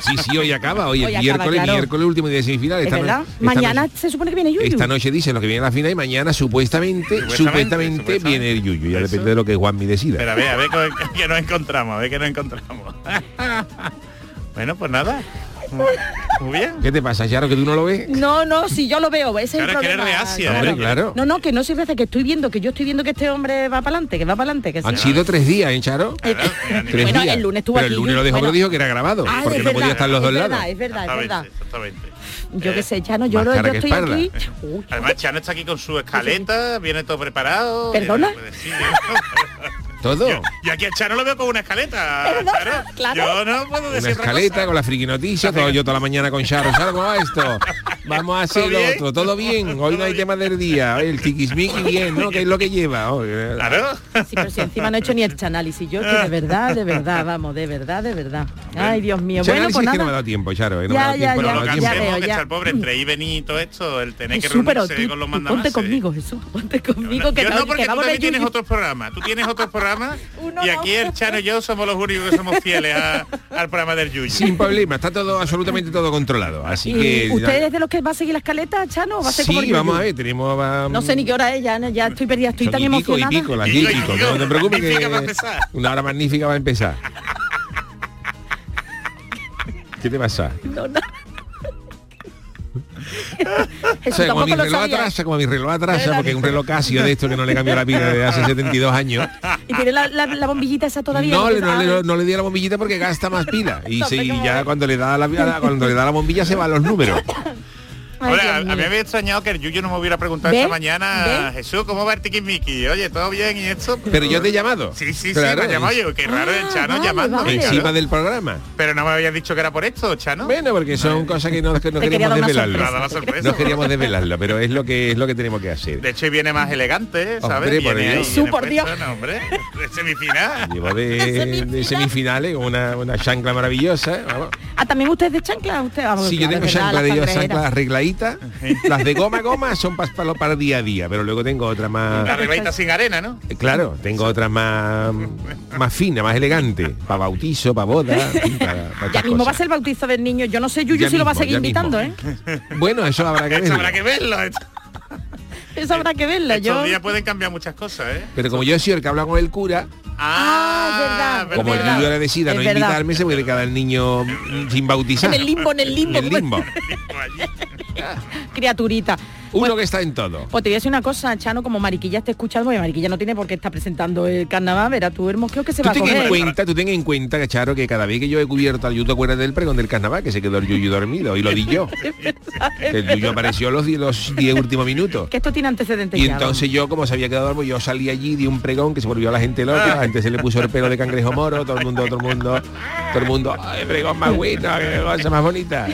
Speaker 2: Sí, sí, hoy acaba, hoy,
Speaker 3: Hoy
Speaker 2: es
Speaker 3: acaba,
Speaker 2: miércoles,
Speaker 3: claro.
Speaker 2: miércoles último día de semifinal.
Speaker 3: Es
Speaker 2: Esta no-
Speaker 3: verdad.
Speaker 2: esta
Speaker 3: Mañana
Speaker 2: noche-
Speaker 3: se supone que viene Yuyu.
Speaker 2: Esta noche dicen los que vienen a la final y mañana supuestamente,
Speaker 4: Supuestamente,
Speaker 2: supuestamente,
Speaker 4: supuestamente.
Speaker 2: viene el Yuyu. Ya
Speaker 4: Eso.
Speaker 2: depende de lo que Juanmi decida.
Speaker 4: Pero a ver, a ver co- que nos encontramos, a ver que nos encontramos. bueno, pues nada. Muy bien.
Speaker 2: ¿Qué te pasa, Yaro, que tú no lo ves?
Speaker 3: No, no, si yo lo veo, ese
Speaker 4: Claro, es
Speaker 3: es el
Speaker 4: que eres
Speaker 3: problema.
Speaker 4: reacia,
Speaker 2: Hombre, claro.
Speaker 3: No, no, que no sirve hace que estoy viendo, que yo estoy viendo que este hombre va para adelante, que va para adelante,
Speaker 4: Ah,
Speaker 3: que sí.
Speaker 2: Han sido tres días, ¿eh, Charo? Tres
Speaker 3: Bueno,
Speaker 2: días.
Speaker 3: el lunes estuvo
Speaker 2: Pero el
Speaker 3: aquí,
Speaker 2: lunes lo dejó,
Speaker 3: bueno.
Speaker 2: pero dijo que era grabado.
Speaker 3: Ah,
Speaker 2: porque
Speaker 3: es
Speaker 2: no podía
Speaker 3: verdad,
Speaker 2: estar los dos
Speaker 3: es verdad,
Speaker 2: lados.
Speaker 3: Es verdad, es verdad.
Speaker 4: Exactamente, exactamente.
Speaker 3: Yo qué sé, Chano,
Speaker 2: más
Speaker 3: yo, lo- yo
Speaker 2: cara que
Speaker 3: estoy
Speaker 2: espalda.
Speaker 3: aquí.
Speaker 4: Eh, Además, Chano está aquí con su escaleta, viene todo preparado.
Speaker 3: ¿Perdona?
Speaker 4: Eh, sí, yo-
Speaker 2: Todo.
Speaker 4: yo, yo aquí a Chano lo veo con una escaleta.
Speaker 3: ¿Perdona?
Speaker 4: Chano.
Speaker 3: Claro.
Speaker 4: Yo no puedo
Speaker 2: Una
Speaker 4: decir otra
Speaker 2: escaleta
Speaker 4: cosa.
Speaker 2: con la friki noticia, todo yo toda la mañana con Charo. Charo, ¿cómo va esto? Vamos a hacer
Speaker 4: ¿Todo
Speaker 2: lo
Speaker 4: bien?
Speaker 2: otro. Todo bien. Hoy no hay tema del día. El tiquismiqui bien, ¿no? Que es lo que lleva. Oh, eh.
Speaker 4: Claro.
Speaker 3: Sí, pero si encima no he hecho ni el chanálisis, yo que de verdad, de verdad, vamos, de verdad, de verdad. Ay, Dios mío.
Speaker 2: Charo,
Speaker 3: Bueno,
Speaker 2: si
Speaker 3: pues
Speaker 2: es que no me ha
Speaker 3: nada.
Speaker 2: dado tiempo, Charo. eh, No
Speaker 3: Ya,
Speaker 2: me ha dado
Speaker 3: ya,
Speaker 2: tiempo, no
Speaker 3: ya,
Speaker 2: me ha
Speaker 4: Lo
Speaker 2: dado tiempo.
Speaker 4: que hacemos
Speaker 3: veo,
Speaker 4: es que
Speaker 3: ya.
Speaker 4: está el pobre entre Iben y todo esto, el tener que
Speaker 3: Jesús, pero
Speaker 4: reunirse
Speaker 3: tú-
Speaker 4: con los
Speaker 3: tú
Speaker 4: eh. mandamases.
Speaker 3: ponte conmigo, Jesús, ponte
Speaker 4: No,
Speaker 3: conmigo, que
Speaker 4: yo no,
Speaker 3: tal-
Speaker 4: porque
Speaker 3: que
Speaker 4: tú
Speaker 3: vamos a
Speaker 4: también
Speaker 3: ver
Speaker 4: tienes
Speaker 3: Yuyu.
Speaker 4: otros programas. Tú tienes otros programas
Speaker 3: Uno
Speaker 4: y
Speaker 3: no.
Speaker 4: aquí el Chano y yo somos los únicos que somos fieles a- al programa del Yuyu.
Speaker 2: Sin problema, está todo absolutamente todo controlado. Así que.
Speaker 3: ¿Y ¿Usted es de los que va a seguir la escaleta, Chano? o ¿Va a ser como el
Speaker 2: Sí,
Speaker 3: Yuyu?
Speaker 2: vamos a ver, tenemos a-
Speaker 3: No sé ni qué hora es, ya, ya estoy perdida, estoy
Speaker 2: Son
Speaker 3: tan
Speaker 2: y pico, y
Speaker 3: emocionada.
Speaker 2: pico, las
Speaker 4: Y
Speaker 2: diez y pico.
Speaker 4: pico, y
Speaker 2: No
Speaker 4: pico.
Speaker 2: te preocupes
Speaker 4: Magnífica va a
Speaker 2: que
Speaker 4: empezar.
Speaker 2: una hora magnífica va a empezar. ¿Qué te pasa?
Speaker 3: No, no.
Speaker 2: O sea,
Speaker 3: Jesús,
Speaker 2: como mi
Speaker 3: tampoco lo
Speaker 2: reloj
Speaker 3: sabía.
Speaker 2: atrasa, como mi reloj atrasa,
Speaker 3: ¿Verdad?
Speaker 2: porque un reloj Casio de esto que no le cambió la vida desde hace 72 años.
Speaker 3: Y tiene la, la- la bombillita esa todavía.
Speaker 2: No, le-
Speaker 3: Que-
Speaker 2: no,
Speaker 3: ah,
Speaker 2: le, no le di a la bombillita porque gasta más pila. Y,
Speaker 3: No,
Speaker 2: se- y
Speaker 3: pero
Speaker 2: ya
Speaker 3: como-
Speaker 2: cuando le da la cuando le da la bombilla se van los números.
Speaker 3: ay,
Speaker 4: Ahora, a, a
Speaker 3: Dios
Speaker 4: mí me
Speaker 3: mío.
Speaker 4: había extrañado que el Yuyu no me hubiera preguntado
Speaker 3: ¿Ve?
Speaker 4: esta mañana,
Speaker 3: ¿Ve?
Speaker 4: Jesús, ¿cómo va el tiquismiqui? Oye, ¿todo bien y esto?
Speaker 2: Pero yo te he llamado.
Speaker 4: Sí, sí, sí,
Speaker 2: Claro,
Speaker 4: me ha llamado.
Speaker 2: en-
Speaker 4: Oye, qué raro el
Speaker 3: Ah,
Speaker 4: Chano
Speaker 3: vale,
Speaker 4: llamando.
Speaker 3: vale.
Speaker 2: Encima del programa.
Speaker 4: Pero no me habías dicho que era por esto, Chano.
Speaker 2: Bueno, porque son cosas que no, que no
Speaker 3: Te quería
Speaker 2: queríamos
Speaker 3: dar una
Speaker 4: Me ha
Speaker 2: desvelarlo.
Speaker 4: dado la sorpresa.
Speaker 2: No queríamos desvelarlo, pero es lo que es lo que tenemos que hacer.
Speaker 4: De hecho, y viene más elegante, ¿sabes?
Speaker 2: Hombre, por Dios.
Speaker 4: Viene ahí,
Speaker 3: Jesús,
Speaker 4: viene
Speaker 3: por Dios.
Speaker 4: persona, hombre. De semifinal.
Speaker 2: Llevó de, de semifinales con una, una chancla maravillosa. ¿eh? vamos.
Speaker 3: Ah, también usted es de chancla, usted. Ah, bueno,
Speaker 2: Sí, yo
Speaker 3: claro,
Speaker 2: tengo
Speaker 3: es verdad,
Speaker 2: chancla de
Speaker 3: las
Speaker 2: ellos,
Speaker 3: cangrejeras.
Speaker 2: chanclas arregladitas. Las de goma a goma son para, para, para día a día, pero luego tengo otras
Speaker 4: La
Speaker 2: más...
Speaker 4: reglaita sin arena, ¿no?
Speaker 2: Claro, tengo otras más más finas, más elegantes, para bautizo, para boda, en fin, para, para
Speaker 3: Ya
Speaker 2: estas
Speaker 3: mismo va a
Speaker 2: cosas.
Speaker 3: ser el bautizo del niño. Yo no sé, Yuyu,
Speaker 2: Ya
Speaker 3: si lo va a
Speaker 2: mismo,
Speaker 3: seguir
Speaker 2: ya mismo.
Speaker 3: invitando, ¿eh?
Speaker 2: Bueno, eso habrá que
Speaker 4: Eso
Speaker 2: ver.
Speaker 4: habrá que verlo. Esto-
Speaker 3: Eso habrá que verlo.
Speaker 4: Estos
Speaker 3: Yo...
Speaker 4: días pueden cambiar muchas cosas, ¿eh?
Speaker 2: Pero como yo soy el que habla con el cura,
Speaker 3: Ah, es verdad,
Speaker 2: como el
Speaker 3: verdad.
Speaker 2: niño le decida no
Speaker 3: Es verdad.
Speaker 2: invitarme, se puede quedar el niño sin bautizar.
Speaker 3: En el limbo, en el
Speaker 2: En
Speaker 3: limbo.
Speaker 2: el limbo.
Speaker 3: Criaturita.
Speaker 2: Uno que está en todo.
Speaker 3: Pues te voy a decir una cosa, Chano, como Mariquilla está escuchando, porque Mariquilla no tiene por qué estar presentando el carnaval, verá tú, hermoso que se va
Speaker 2: Tú pues,
Speaker 3: a
Speaker 2: ten en
Speaker 3: coger.
Speaker 2: cuenta, tú ten en cuenta, Charo, que cada vez que yo he cubierto al Yuyu, ¿te acuerdas del pregón del carnaval? Que se quedó el Yuyu dormido y lo di yo. Que el Yuyu apareció los 10 los diez últimos minutos.
Speaker 3: Que esto tiene antecedentes
Speaker 2: Y
Speaker 3: ya,
Speaker 2: entonces yo, como se había quedado dormido, yo salí allí, di un pregón que se volvió la gente loca, la gente se le puso el pelo de cangrejo moro, todo el mundo, todo el mundo, todo el mundo, ¡ay, pregón más bueno, qué cosa más bonita!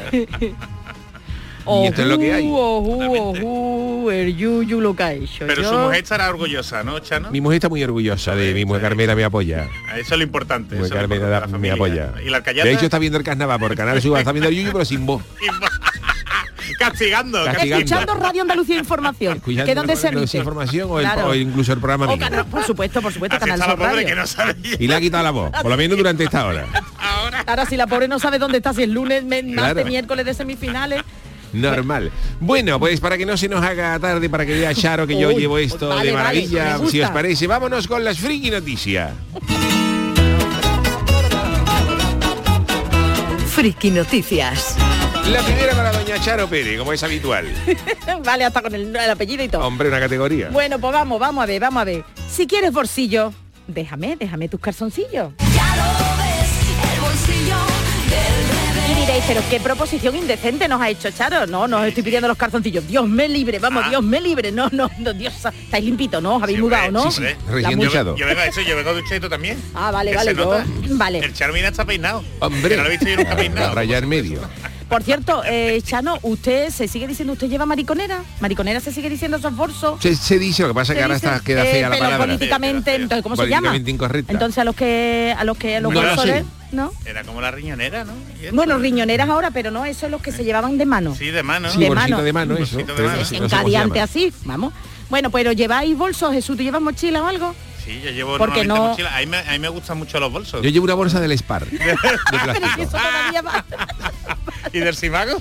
Speaker 3: vamos.
Speaker 2: y esto es lo que hay.
Speaker 3: Ojú, ojú, ojú, el Yuyu lo que ha hecho.
Speaker 4: Pero
Speaker 3: Yo-
Speaker 4: su mujer estará orgullosa, ¿no, Chano?
Speaker 2: Mi mujer está muy orgullosa de mi mujer Carmela me apoya.
Speaker 4: Eso es lo importante.
Speaker 2: Mi mujer
Speaker 4: eso es lo
Speaker 2: Carmela da-
Speaker 4: importante,
Speaker 2: me
Speaker 4: la familia.
Speaker 2: apoya.
Speaker 4: Y la alcayata
Speaker 2: De hecho está viendo el carnaval por Canal Sur, está viendo el Yuyu pero sin voz.
Speaker 4: castigando.
Speaker 2: Castigando.
Speaker 3: Escuchando Radio Andalucía Información,
Speaker 2: Escuchando
Speaker 3: que es donde se
Speaker 2: esa
Speaker 3: emite.
Speaker 2: información o, el-
Speaker 3: Claro.
Speaker 2: o incluso el programa
Speaker 3: O
Speaker 2: mismo.
Speaker 3: canal- por supuesto, por supuesto,
Speaker 4: Así
Speaker 3: Este Canal
Speaker 4: está la
Speaker 3: Sur
Speaker 4: pobre
Speaker 3: Radio.
Speaker 4: que no sabía.
Speaker 2: Y le ha quitado la voz, por lo menos durante esta hora.
Speaker 3: Ahora si la pobre no sabe dónde está, si es lunes, me- martes,
Speaker 2: Claro.
Speaker 3: miércoles de semifinales.
Speaker 2: Normal. Bueno, pues para que no se nos haga tarde, para que vea Charo que yo
Speaker 3: Uy,
Speaker 2: llevo esto
Speaker 3: vale,
Speaker 2: de
Speaker 3: vale,
Speaker 2: maravilla,
Speaker 3: me gusta.
Speaker 2: si os parece, vámonos con las friki noticias.
Speaker 6: Friki Noticias.
Speaker 2: La primera para doña Charo Pérez, como es habitual.
Speaker 3: vale, hasta con el, el apellido y todo.
Speaker 2: Hombre, una categoría.
Speaker 3: Bueno, pues vamos, vamos a ver, vamos a ver. Si quieres bolsillo, déjame, déjame tus calzoncillos.
Speaker 8: Ya lo ves, el bolsillo del
Speaker 3: Y diréis, pero qué proposición indecente nos ha hecho Charo. No, no os estoy pidiendo los calzoncillos. Dios me libre, vamos, Dios me libre. No, no, no, Dios, estáis limpitos, ¿no? Os habéis
Speaker 4: Sí, hombre,
Speaker 3: mudado, ¿no?
Speaker 4: sí, hombre.
Speaker 2: Recién
Speaker 4: Yo-
Speaker 2: duchado.
Speaker 4: Yo vengo a eso, yo vengo duchadito también.
Speaker 3: Ah, vale,
Speaker 4: Que
Speaker 3: vale,
Speaker 4: se
Speaker 3: yo-
Speaker 4: nota.
Speaker 3: vale.
Speaker 4: El Chano mira, está peinado.
Speaker 2: Hombre,
Speaker 4: Que no lo he visto yo nunca
Speaker 2: la
Speaker 4: peinado.
Speaker 2: raya en medio.
Speaker 3: Por cierto, eh, Chano, usted se sigue diciendo, usted lleva mariconera. Mariconera se sigue diciendo esos bolsos.
Speaker 2: Se, se dice, lo que pasa es que
Speaker 3: Se
Speaker 2: ahora
Speaker 3: dice,
Speaker 2: está, queda
Speaker 3: eh,
Speaker 2: fea la
Speaker 3: pero
Speaker 2: palabra.
Speaker 3: políticamente, entonces, ¿cómo se llama?
Speaker 2: Políticamente incorrecta.
Speaker 3: Entonces a los que a los que a los
Speaker 2: No lo
Speaker 3: bolsos
Speaker 2: sé.
Speaker 3: de- ¿no?
Speaker 4: Era como la riñonera, ¿no? Y esto.
Speaker 3: Bueno, riñoneras ahora, pero no, eso es los que se llevaban de mano.
Speaker 4: Sí, de mano.
Speaker 2: Sí,
Speaker 3: de
Speaker 2: bolsito
Speaker 3: mano.
Speaker 2: de mano, eso.
Speaker 4: Bolsito de
Speaker 2: pero
Speaker 4: mano.
Speaker 2: no sé- no sé cómo se
Speaker 3: Encadeante
Speaker 2: llama.
Speaker 3: así, vamos. Bueno, pero lleváis bolsos, Jesús, ¿tú llevas mochila o algo?
Speaker 4: Sí, yo llevo
Speaker 3: Porque
Speaker 4: normalmente
Speaker 3: no-
Speaker 4: mochila. A mí, me, a mí me gustan mucho los bolsos.
Speaker 2: Yo llevo una bolsa del Spar. De plástico.
Speaker 3: Eso todavía va.
Speaker 4: ¿Y del Simago?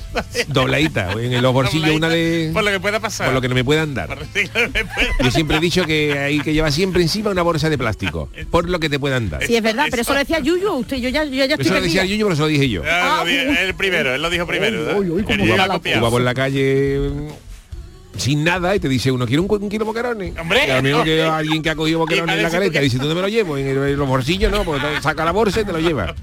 Speaker 2: Dobladita. En los bolsillos una de.
Speaker 4: Por lo que pueda pasar.
Speaker 2: Por lo que no me puedan dar.
Speaker 4: Sí, no me puede-
Speaker 2: Yo siempre he dicho que hay que llevar siempre encima una bolsa de plástico, por lo que te puedan dar.
Speaker 3: Sí, es verdad, pero eso lo decía Yuyu a usted, yo ya, yo ya estoy
Speaker 2: Eso lo
Speaker 3: perdida.
Speaker 2: decía Yuyu, pero se lo dije yo.
Speaker 4: Ah,
Speaker 3: Ah,
Speaker 4: lo di-
Speaker 3: uy.
Speaker 4: el primero, él lo dijo primero. ¿verdad?
Speaker 9: uy, uy, cómo
Speaker 4: Él llega
Speaker 9: va la
Speaker 2: Tú
Speaker 4: copiado.
Speaker 2: vas por la calle mm, sin nada y te dice uno, quiero un, cu- un kilo de boquerones.
Speaker 4: Hombre.
Speaker 2: Y a lo mejor que alguien que ha cogido boquerones en la
Speaker 4: parece
Speaker 2: careta
Speaker 4: que-
Speaker 2: dice, ¿dónde me lo llevo? En, el- en los bolsillos no, porque te- saca la bolsa y te lo lleva.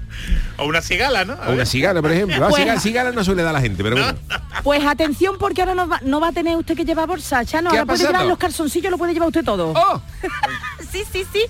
Speaker 4: O una cigala, ¿no? A
Speaker 2: O una
Speaker 4: ver.
Speaker 2: cigana, por ejemplo. Ah,
Speaker 3: Pues-
Speaker 2: ciga- cigana no suele dar a la gente, pero bueno.
Speaker 3: Pues atención porque ahora no va, no va a tener usted que llevar bolsa, Chano,
Speaker 2: ¿Qué
Speaker 3: ahora
Speaker 2: ha
Speaker 3: puede
Speaker 2: pasado?
Speaker 3: llevar los calzoncillos, lo puede llevar usted todo.
Speaker 2: ¡Oh!
Speaker 3: Sí, sí, sí.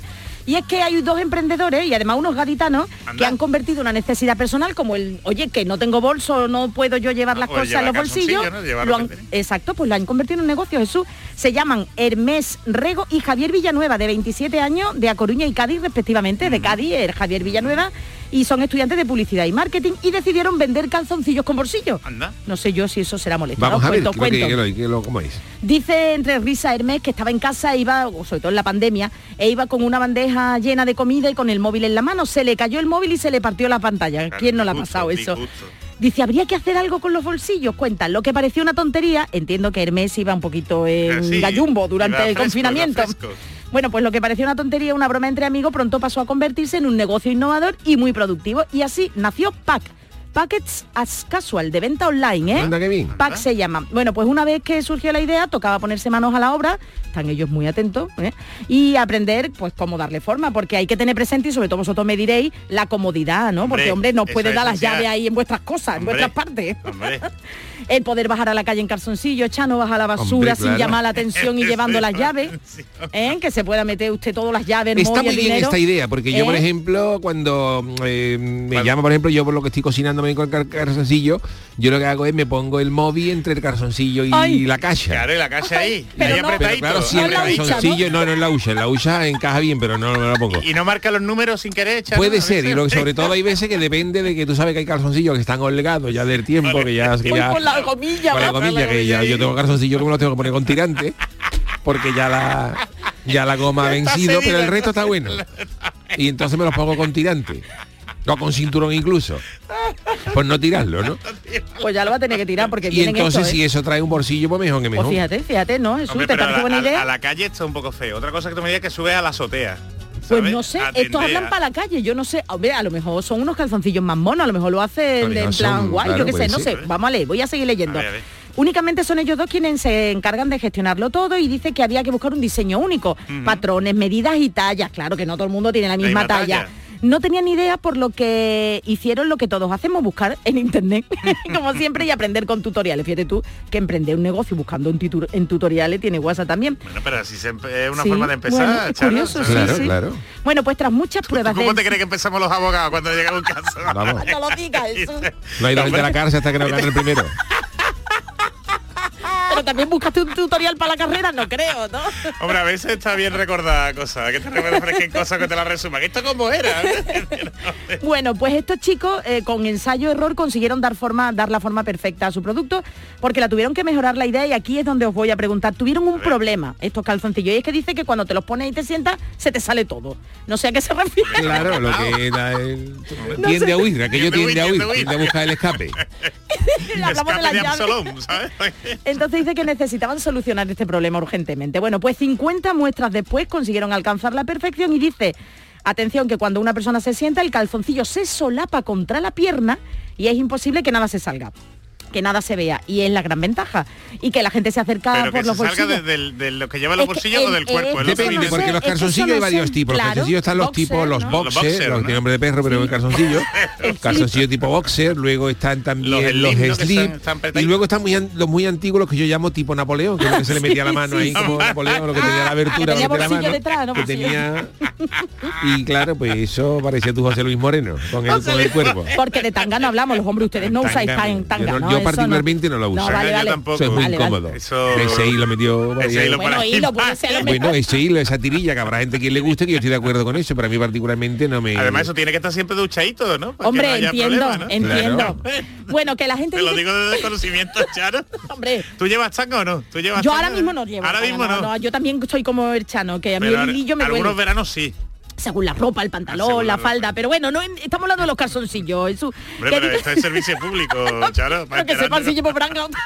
Speaker 3: Y es que hay dos emprendedores y además unos gaditanos
Speaker 4: Anda.
Speaker 3: que han convertido una necesidad personal como el, oye, que no tengo bolso, no puedo yo llevar
Speaker 4: Ah,
Speaker 3: las
Speaker 4: pues
Speaker 3: cosas
Speaker 4: lleva
Speaker 3: en los
Speaker 4: calzoncillo,
Speaker 3: bolsillos.
Speaker 4: ¿no? Lleva
Speaker 3: Lo
Speaker 4: lo
Speaker 3: han-
Speaker 4: que tenés.
Speaker 3: exacto, pues lo han convertido en un negocio, Jesús. Se llaman Hermes Rego y Javier Villanueva, de 27 años, de A Coruña y Cádiz respectivamente,
Speaker 4: Mm.
Speaker 3: de Cádiz, el Javier Villanueva, y son estudiantes de publicidad y marketing y decidieron vender calzoncillos con bolsillo.
Speaker 4: Anda.
Speaker 3: No sé yo si eso será molesto.
Speaker 2: Vamos
Speaker 3: ¿no?
Speaker 2: a ver
Speaker 3: Cuento,
Speaker 2: lo que-
Speaker 3: cuento.
Speaker 2: que lo- que lo- cómo es.
Speaker 3: Dice entre risa Hermes que estaba en casa, iba, o sobre todo en la pandemia, e iba con una bandeja llena de comida y con el móvil en la mano. Se le cayó el móvil y se le partió la pantalla.
Speaker 4: Claro,
Speaker 3: ¿Quién no le ha
Speaker 4: disgusto,
Speaker 3: pasado eso?
Speaker 4: disgusto.
Speaker 3: Dice, habría que hacer algo con los bolsillos. Cuenta, lo que pareció una tontería, entiendo que Hermes iba un poquito en
Speaker 4: Ah, Sí,
Speaker 3: gallumbo durante
Speaker 4: iba
Speaker 3: el
Speaker 4: fresco,
Speaker 3: confinamiento.
Speaker 4: iba fresco.
Speaker 3: Bueno, pues lo que pareció una tontería, una broma entre amigos, pronto pasó a convertirse en un negocio innovador y muy productivo. Y así nació PAC. Packets as casual, de venta online, ¿eh?
Speaker 2: Anda, qué bien.
Speaker 3: PAC se llama. Bueno, pues una vez que surgió la idea, tocaba ponerse manos a la obra, están ellos muy atentos, ¿eh? y aprender pues cómo darle forma, porque hay que tener presente, y sobre todo vosotros me diréis, la comodidad, ¿no? Porque,
Speaker 4: Hombre,
Speaker 3: hombre, no
Speaker 4: eso
Speaker 3: puedes
Speaker 4: es
Speaker 3: dar las
Speaker 4: esencial.
Speaker 3: llaves ahí en vuestras cosas, en
Speaker 4: Hombre,
Speaker 3: vuestras partes.
Speaker 4: Hombre,
Speaker 3: El poder bajar a la calle en calzoncillo, Chano baja la basura
Speaker 2: Hombre,
Speaker 3: sin
Speaker 2: claro.
Speaker 3: llamar la atención y llevando las llaves,
Speaker 4: Sí.
Speaker 3: ¿eh? que se pueda meter usted todas las llaves, el
Speaker 2: Está
Speaker 3: móvil,
Speaker 2: muy
Speaker 3: el
Speaker 2: bien
Speaker 3: dinero,
Speaker 2: esta idea, porque yo, por
Speaker 3: ¿eh?
Speaker 2: ejemplo, cuando eh, me
Speaker 4: Vale.
Speaker 2: llama, por ejemplo, yo por lo que estoy cocinándome con el car- calzoncillo, yo lo que hago es me pongo el móvil entre el calzoncillo y
Speaker 3: Ay.
Speaker 2: la caja.
Speaker 4: claro, y la calle ahí.
Speaker 3: pero
Speaker 4: ahí
Speaker 3: no-
Speaker 2: Pero
Speaker 4: apretadito.
Speaker 2: claro, si el
Speaker 3: No en la hucha,
Speaker 2: calzoncillo, no, no en la hucha, en la hucha encaja bien, pero no, no la pongo.
Speaker 4: Y no marca los números sin querer, Chano, a
Speaker 2: Puede
Speaker 4: veces.
Speaker 2: ser, y lo que sobre todo hay veces que depende de que tú sabes que hay calzoncillos que están holgados ya del tiempo, que ya... Que
Speaker 3: Voy
Speaker 2: ya
Speaker 3: con la gomilla,
Speaker 2: con la
Speaker 3: va.
Speaker 2: gomilla, que ya yo tengo calzoncillos que me los tengo que poner con tirante, porque ya la, ya la goma ha
Speaker 4: Ya está
Speaker 2: vencido, pero el
Speaker 4: cedida,
Speaker 2: resto está
Speaker 4: ¿no?
Speaker 2: bueno. Y entonces me los pongo con tirante, o con cinturón incluso, por no tirarlo, ¿no?
Speaker 3: pues ya lo va a tener que tirar porque
Speaker 2: Y
Speaker 3: tienen
Speaker 2: entonces
Speaker 3: esto, ¿eh?
Speaker 2: si eso trae un bolsillo, pues mejor que
Speaker 3: Pues
Speaker 2: mejor.
Speaker 3: fíjate, fíjate, ¿no? Jesús,
Speaker 4: Hombre,
Speaker 3: ¿te
Speaker 4: pero a
Speaker 3: parece
Speaker 4: la,
Speaker 3: buena
Speaker 4: a la-
Speaker 3: idea?
Speaker 4: a la calle está un poco feo. Otra cosa que tú me digas es que subes a la azotea.
Speaker 3: Pues
Speaker 4: ¿sabes?
Speaker 3: no sé,
Speaker 4: Atender
Speaker 3: estos hablan
Speaker 4: a-
Speaker 3: para la calle, yo no sé, hombre, a lo mejor son unos calzoncillos más monos, a lo mejor lo hacen
Speaker 2: A lo
Speaker 3: de en
Speaker 2: mejor
Speaker 3: plan
Speaker 2: son,
Speaker 3: guay,
Speaker 2: claro,
Speaker 3: yo qué sé,
Speaker 2: puede
Speaker 3: no sé,
Speaker 2: ser.
Speaker 3: vamos a leer, voy a seguir leyendo.
Speaker 4: pues A ver, a ver.
Speaker 3: Únicamente son ellos dos quienes se encargan de gestionarlo todo y dice que había que buscar un diseño único, patrones, medidas y tallas, claro que no todo el mundo tiene la misma,
Speaker 4: misma
Speaker 3: talla.
Speaker 4: talla.
Speaker 3: No tenían ni idea por lo que hicieron lo que todos hacemos, buscar en internet, como siempre, y aprender con tutoriales. Fíjate tú que emprender un negocio buscando en, titu- en tutoriales tiene WhatsApp también.
Speaker 4: Bueno, pero así se empe- es una
Speaker 3: Sí,
Speaker 4: forma de empezar,
Speaker 3: bueno, es
Speaker 4: Chano,
Speaker 3: curioso,
Speaker 4: ¿sabes?
Speaker 3: sí,
Speaker 2: Claro,
Speaker 3: sí.
Speaker 2: claro.
Speaker 3: Bueno, pues tras muchas pruebas
Speaker 4: ¿Cómo
Speaker 3: de
Speaker 4: te crees que empezamos los abogados cuando llegamos a casa?
Speaker 2: Vamos.
Speaker 3: No lo digas, Jesús.
Speaker 2: No hay dos de la cárcel hasta que no gane el primero.
Speaker 3: Pero también buscaste un tutorial para la carrera, no creo, ¿no?
Speaker 4: Hombre, a veces está bien recordar cosas, que te refresquen cosas que te las resuman. ¿Esto cómo era?
Speaker 3: Bueno, pues estos chicos eh, con ensayo error consiguieron dar forma, dar la forma perfecta a su producto, porque la tuvieron que mejorar la idea y aquí es donde os voy a preguntar. Tuvieron un problema estos calzoncillos y es que dice que cuando te los pones y te sientas se te sale todo. No sé a qué se refiere.
Speaker 2: Claro, lo que da el-
Speaker 3: No
Speaker 2: tiende
Speaker 3: sé.
Speaker 2: a huir, aquello
Speaker 4: Tiende
Speaker 2: tiende
Speaker 4: a huir,
Speaker 2: a huir,
Speaker 4: tiende a huir.
Speaker 2: tiende a buscar el escape.
Speaker 3: Hablamos de
Speaker 4: Escape
Speaker 3: las
Speaker 4: de
Speaker 3: llaves.
Speaker 4: Absalom, ¿sabes?
Speaker 3: Entonces dice que necesitaban solucionar este problema urgentemente. Bueno, pues 50 muestras después consiguieron alcanzar la perfección y dice, atención, que cuando una persona se sienta, el calzoncillo se solapa contra la pierna y es imposible que nada se salga que nada se vea y es la gran ventaja y que la gente se acerca Ah,
Speaker 4: Pero
Speaker 3: por
Speaker 4: que se
Speaker 3: los
Speaker 4: salga
Speaker 3: bolsillos
Speaker 4: de, del- de lo que lleva los
Speaker 3: Es que este
Speaker 4: bolsillos o
Speaker 3: el-
Speaker 4: del
Speaker 3: el-
Speaker 4: cuerpo. es lo que
Speaker 3: eso
Speaker 2: Depende,
Speaker 3: no
Speaker 4: viene.
Speaker 3: sé,
Speaker 2: porque
Speaker 3: es
Speaker 2: los
Speaker 3: que eso
Speaker 2: calzoncillos
Speaker 3: no
Speaker 2: hay varios
Speaker 3: sé,
Speaker 2: tipos.
Speaker 3: claro,
Speaker 2: los calzoncillos están los
Speaker 3: boxer,
Speaker 2: tipos, los
Speaker 3: ¿no?
Speaker 2: boxers,
Speaker 4: Los boxer,
Speaker 2: los
Speaker 4: ¿no?
Speaker 2: tienen nombre de perro, pero el calzoncillo.
Speaker 3: El
Speaker 2: calzoncillo tipo boxer, luego están
Speaker 4: Los
Speaker 2: también los
Speaker 4: slim, ¿no?
Speaker 2: slip,
Speaker 4: que están- están
Speaker 2: y
Speaker 4: apretaditos.
Speaker 2: luego están muy an- los muy antiguos, los que yo llamo tipo Napoleón, que, es lo que se le metía la mano ahí como Napoleón, lo que tenía la abertura
Speaker 3: Ah, tenía
Speaker 2: de la
Speaker 3: bolsillo
Speaker 2: mano,
Speaker 3: detrás, ¿no?
Speaker 2: que
Speaker 3: Bolsillo.
Speaker 2: tenía y claro, pues eso parecía tu José Luis Moreno con el, con el cuerpo.
Speaker 3: porque de tanga no hablamos los hombres ustedes no usáis tan
Speaker 2: Yo
Speaker 3: tanga
Speaker 2: no-
Speaker 3: ¿no?
Speaker 2: yo yo
Speaker 3: eso
Speaker 2: particularmente no,
Speaker 3: no.
Speaker 2: la
Speaker 3: No,
Speaker 2: uso.
Speaker 3: vale,
Speaker 4: yo
Speaker 3: vale.
Speaker 4: tampoco.
Speaker 2: Eso es muy
Speaker 3: Vale, vale.
Speaker 2: incómodo.
Speaker 4: Eso-
Speaker 2: Ese hilo metido...
Speaker 4: Ese hilo Ah,
Speaker 3: Bueno,
Speaker 4: para
Speaker 3: hilo,
Speaker 4: encima.
Speaker 3: puede ser lo
Speaker 2: Bueno, ese hilo, esa tirilla, que habrá gente que le guste, que yo estoy de acuerdo con eso, pero a mí particularmente no me...
Speaker 4: Además, eso tiene que estar siempre duchadito, ¿no? Para que
Speaker 3: Hombre,
Speaker 4: no haya
Speaker 3: entiendo,
Speaker 4: problema, ¿no?
Speaker 3: entiendo.
Speaker 4: Claro.
Speaker 3: Bueno, que la gente
Speaker 4: Te lo
Speaker 3: dice-
Speaker 4: digo desde conocimiento, Charo.
Speaker 3: Hombre.
Speaker 4: ¿Tú llevas changa o no? ¿Tú llevas
Speaker 3: Yo
Speaker 4: changa?
Speaker 3: ahora mismo no llevo.
Speaker 4: Ahora mismo no.
Speaker 3: Yo también soy como el Chano, que a mí
Speaker 4: Pero
Speaker 3: el
Speaker 4: ahora-
Speaker 3: hilillo me
Speaker 4: algunos
Speaker 3: duele.
Speaker 4: veranos sí.
Speaker 3: Según la ropa, el pantalón,
Speaker 4: Según
Speaker 3: la
Speaker 4: la ropa.
Speaker 3: falda. Pero bueno, no en- estamos hablando de los calzoncillos. Eso,
Speaker 4: Hombre,
Speaker 3: que
Speaker 4: pero
Speaker 3: diga-
Speaker 4: esto es servicio público, Charo. para
Speaker 3: Pero que sepan
Speaker 4: enterarnos.
Speaker 3: si llevo branga.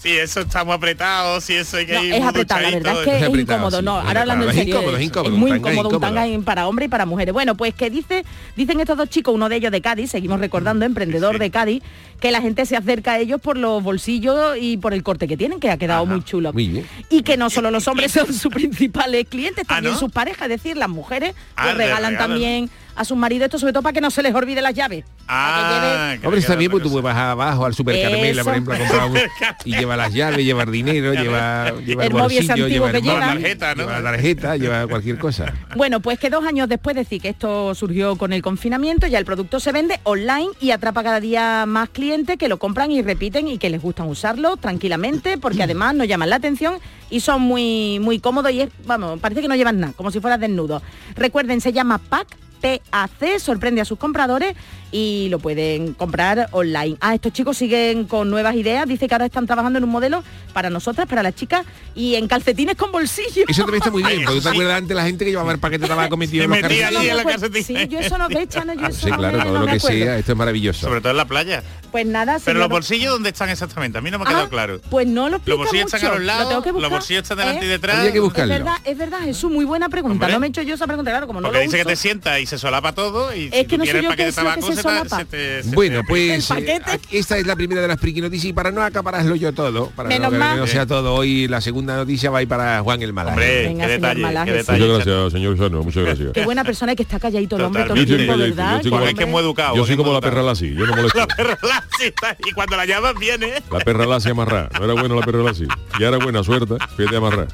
Speaker 4: Si eso estamos apretados, si eso hay que
Speaker 3: No,
Speaker 4: ir
Speaker 3: es
Speaker 4: muy
Speaker 3: apretado, la
Speaker 4: duchadito.
Speaker 3: verdad es que es
Speaker 2: apretado,
Speaker 3: incómodo.
Speaker 2: sí,
Speaker 3: No,
Speaker 2: es
Speaker 3: ahora hablando
Speaker 2: apretado.
Speaker 3: en
Speaker 2: Es
Speaker 3: serio.
Speaker 2: incómodo, es incómodo, un
Speaker 3: muy
Speaker 2: tanga
Speaker 3: incómodo un
Speaker 2: incómodo.
Speaker 3: tanga en- para hombres y para mujeres. Bueno, pues que dice, dicen estos dos chicos, uno de ellos de Cádiz, seguimos recordando,
Speaker 2: Mm,
Speaker 3: emprendedor de Cádiz, que la gente se acerca a ellos por los bolsillos y por el corte que tienen, que ha quedado muy chulo.
Speaker 2: Muy bien.
Speaker 3: Y que no solo los hombres son sus principales clientes,
Speaker 4: ¿Ah,
Speaker 3: también
Speaker 4: no?
Speaker 3: sus parejas, es decir, las mujeres
Speaker 4: Ah,
Speaker 3: pues,
Speaker 4: le
Speaker 3: regalan
Speaker 4: regalan.
Speaker 3: también a sus maridos esto, sobre todo para que no se les olvide las llaves.
Speaker 4: Ah,
Speaker 3: Para que lleve-
Speaker 4: que
Speaker 2: Hombre,
Speaker 4: me
Speaker 2: está
Speaker 4: queda
Speaker 2: bien,
Speaker 5: pues
Speaker 4: otra
Speaker 2: porque tú
Speaker 4: cosa.
Speaker 2: vas abajo al supercarmela, por
Speaker 3: Eso.
Speaker 2: ejemplo, a comprar un- y lleva las llaves, lleva el dinero, lleva, lleva el
Speaker 3: El móvil ese
Speaker 2: bolsillo,
Speaker 3: antiguo
Speaker 2: lleva el
Speaker 3: que lleva.
Speaker 2: móvil,
Speaker 4: Tarjeta, ¿no?
Speaker 2: lleva la tarjeta, lleva cualquier cosa.
Speaker 3: Bueno, pues que dos años después decir que esto surgió con el confinamiento, ya el producto se vende online y atrapa cada día más clientes que lo compran y repiten y que les gustan usarlo tranquilamente porque además nos llaman la atención y son muy muy cómodos y es, vamos, parece que no llevan nada, como si fueras desnudo. Recuerden, se llama Pack PAC sorprende a sus compradores y lo pueden comprar online. Ah, estos chicos siguen con nuevas ideas. Dice que ahora están trabajando en un modelo para nosotras, para las chicas y en calcetines con bolsillo.
Speaker 2: Eso también está muy bien,
Speaker 4: Ay,
Speaker 2: porque tú te
Speaker 4: sí.
Speaker 2: acuerdas antes la gente que llevaba el paquete de tabaco metido
Speaker 4: Se
Speaker 2: en los
Speaker 4: metía
Speaker 2: carriles.
Speaker 4: ahí en la
Speaker 3: acuerdo.
Speaker 4: calcetina.
Speaker 3: pues, Sí, yo eso no ve, Chano, yo eso
Speaker 2: Sí,
Speaker 3: no
Speaker 2: claro,
Speaker 3: me-
Speaker 2: todo
Speaker 3: no
Speaker 2: lo
Speaker 3: me
Speaker 2: que
Speaker 3: acuerdo.
Speaker 2: sea, esto es maravilloso.
Speaker 4: Sobre todo en la playa.
Speaker 3: Pues nada,
Speaker 4: Pero los
Speaker 3: señor-
Speaker 4: bolsillos, ¿dónde están exactamente? A mí no me ha
Speaker 3: Ah,
Speaker 4: quedado claro.
Speaker 3: Pues no lo explica
Speaker 4: Los bolsillos
Speaker 3: mucho.
Speaker 4: están a los lados,
Speaker 3: Lo tengo que
Speaker 4: los
Speaker 3: buscar.
Speaker 4: bolsillos están delante y
Speaker 3: Eh,
Speaker 4: detrás.
Speaker 2: Habría que buscar.
Speaker 3: Es
Speaker 2: Buscarlo.
Speaker 3: verdad, es verdad, Jesús, muy buena pregunta.
Speaker 4: Hombre.
Speaker 3: No me he hecho yo esa pregunta, claro, como no
Speaker 4: Porque
Speaker 3: lo
Speaker 4: dice que
Speaker 3: uso.
Speaker 4: te sienta y se solapa todo y
Speaker 3: Es
Speaker 4: si
Speaker 3: que
Speaker 4: tú
Speaker 3: no sé
Speaker 4: quieres
Speaker 3: yo
Speaker 4: el paquete
Speaker 3: qué
Speaker 4: de
Speaker 3: es lo que
Speaker 4: tabaco
Speaker 3: se
Speaker 4: se te-
Speaker 3: solapa.
Speaker 4: se te- se te-
Speaker 2: Bueno, pues
Speaker 3: El paquete.
Speaker 2: eh, esta es la primera de las friki noticias y para no acapararlo yo todo, para
Speaker 3: Menos
Speaker 2: no, que
Speaker 3: mal.
Speaker 2: no sea todo hoy, la segunda noticia va a ir para Juan el Malaje.
Speaker 4: Hombre,
Speaker 3: Venga,
Speaker 4: qué
Speaker 3: señor
Speaker 4: detalle,
Speaker 3: Malaje,
Speaker 4: qué
Speaker 3: sí.
Speaker 4: detalle.
Speaker 5: Muchas gracias, señor Sano, muchas gracias.
Speaker 3: Qué buena persona y que está calladito el hombre todo el
Speaker 4: Totalmente.
Speaker 3: tiempo,
Speaker 5: Yo estoy
Speaker 3: ¿verdad?
Speaker 5: calladito, yo estoy
Speaker 4: Porque
Speaker 3: Qué
Speaker 4: es que es
Speaker 3: hombre.
Speaker 4: muy educado.
Speaker 5: Yo
Speaker 4: es
Speaker 5: soy como la
Speaker 4: educado.
Speaker 5: perra Lassi, yo no molesto.
Speaker 4: La perra Lassi, está- y cuando la llamas viene.
Speaker 5: La perra Lassi amarrá. No era buena la perra Lassi. Ya era buena, suerte. Fíjate amarrá.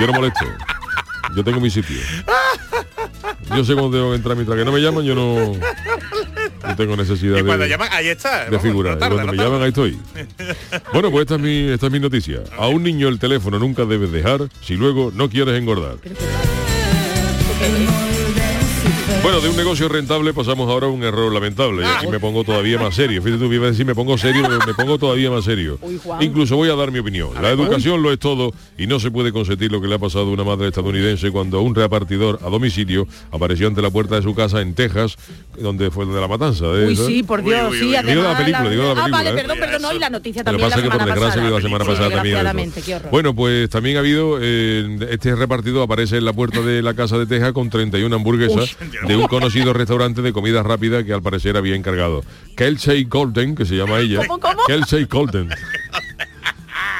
Speaker 5: Yo no molesto. Yo tengo mi sitio. Yo sé cuándo tengo que entrar mientras que no me llaman, yo no, no tengo necesidad
Speaker 4: Y cuando
Speaker 5: de,
Speaker 4: llamas, ahí está.
Speaker 5: de
Speaker 4: vamos,
Speaker 5: figurar.
Speaker 4: no
Speaker 5: Y
Speaker 4: tarda,
Speaker 5: cuando
Speaker 4: no
Speaker 5: me
Speaker 4: tarda.
Speaker 5: llaman, ahí estoy. Bueno, pues esta es, mi, esta es mi noticia. A un niño el teléfono nunca debes dejar si luego no quieres engordar. Bueno, de un negocio rentable pasamos ahora a un error lamentable. Y
Speaker 4: Ah,
Speaker 5: aquí me pongo todavía más serio. Fíjate tú, iba a decir me pongo serio, pero me pongo todavía más serio.
Speaker 3: Uy, Juan.
Speaker 5: Incluso voy a dar mi opinión. La educación lo es todo y no se puede consentir lo que le ha pasado a una madre estadounidense cuando un repartidor a domicilio apareció ante la puerta de su casa en Texas, donde fue de la matanza. ¿eh? de
Speaker 3: Uy,
Speaker 5: esa.
Speaker 3: sí, por
Speaker 4: Uy,
Speaker 3: Dios,
Speaker 4: uy,
Speaker 3: sí,
Speaker 4: uy, uy.
Speaker 3: además
Speaker 5: Digo la película, digo la
Speaker 3: Ah, vale,
Speaker 5: película, ¿eh?
Speaker 3: perdón, perdón, no, y la noticia
Speaker 5: Lo que
Speaker 3: también
Speaker 5: pasa es que
Speaker 3: la
Speaker 5: por
Speaker 3: semana
Speaker 5: desgracia
Speaker 3: pasada.
Speaker 5: que la semana
Speaker 3: Sí,
Speaker 5: pasada también. era
Speaker 3: desgraciadamente,
Speaker 5: eso.
Speaker 3: qué horror.
Speaker 5: Bueno, pues también ha habido, eh, este repartido aparece en la puerta de la casa de Texas con 31 hamburguesas de un conocido restaurante de comida rápida que al parecer había encargado. Kelsey Golden, que se llama ella.
Speaker 3: ¿Cómo, cómo?
Speaker 5: Kelsey Golden.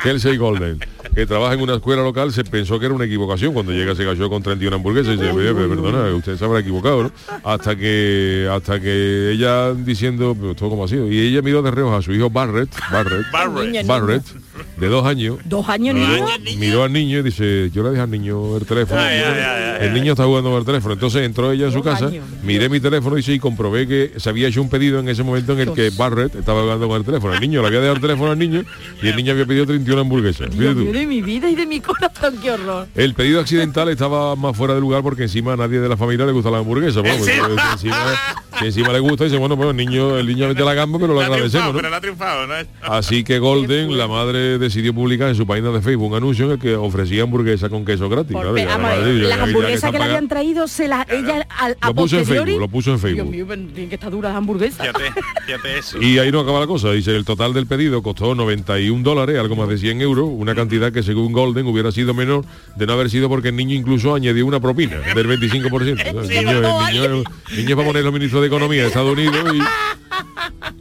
Speaker 5: Kelsey Golden, que trabaja en una escuela local, se pensó que era una equivocación. Cuando llega se cayó con 31 hamburguesas y dice, "Oye, perdona, usted se habrá equivocado, ¿no? Hasta que, hasta que ella diciendo, pero todo como ha sido. Y ella miró de reojo a su hijo Barrett, Barrett,
Speaker 4: Barrett.
Speaker 3: Niño,
Speaker 5: Barrett, de dos años.
Speaker 3: Dos años
Speaker 4: Dos
Speaker 3: niño.
Speaker 4: años. niño.
Speaker 5: Miró al niño y dice, yo le dejé al niño el teléfono.
Speaker 4: Ay, ay, ay, ay,
Speaker 5: el niño está jugando con el teléfono. Entonces entró ella en su
Speaker 3: Dos
Speaker 5: casa,
Speaker 3: años.
Speaker 5: miré mi teléfono dice, y comprobé que se había hecho un pedido en ese momento en el que Barrett estaba jugando con el teléfono. El niño le había dejado el teléfono al niño y el niño había pedido 31 hamburguesas. Fíjate
Speaker 3: Dios
Speaker 5: tú.
Speaker 3: mío de mi vida y de mi corazón, qué horror.
Speaker 5: El pedido accidental estaba más fuera de lugar porque encima a nadie de la familia le gusta la hamburguesa. Bueno, pues,
Speaker 4: Encima.
Speaker 5: eh, encima, si encima le gusta, dice, bueno, pues el niño, el niño mete la gamba, pero lo
Speaker 4: La ha triunfado,
Speaker 5: agradecemos. ¿no?
Speaker 4: pero la ha triunfado, ¿no?
Speaker 5: Así que Golden, la madre, decidió publicar en su página de Facebook un anuncio en el que ofrecía hamburguesa con queso gratis.
Speaker 3: Por
Speaker 5: claro,
Speaker 3: pe-
Speaker 5: ya,
Speaker 3: vamos,
Speaker 5: madre, ya
Speaker 3: las
Speaker 5: que
Speaker 3: hamburguesas
Speaker 5: están
Speaker 3: que le habían
Speaker 5: pagando.
Speaker 3: traído, se las ella al a
Speaker 5: Lo puso en
Speaker 3: posteriori-
Speaker 5: Facebook, lo puso en
Speaker 3: Dios
Speaker 5: Facebook.
Speaker 3: mío, pero tienen que estar duras las hamburguesas.
Speaker 4: Fíjate, fíjate eso.
Speaker 5: Y ahí no acaba la cosa. Dice, el total del pedido costó 91 dólares, algo más de 100 euros, una cantidad que según Golden hubiera sido menor de no haber sido porque el niño incluso añadió una propina del 25%. ¿no? El niño, el niño- el niño es para poner los ministros de Economía de Estados Unidos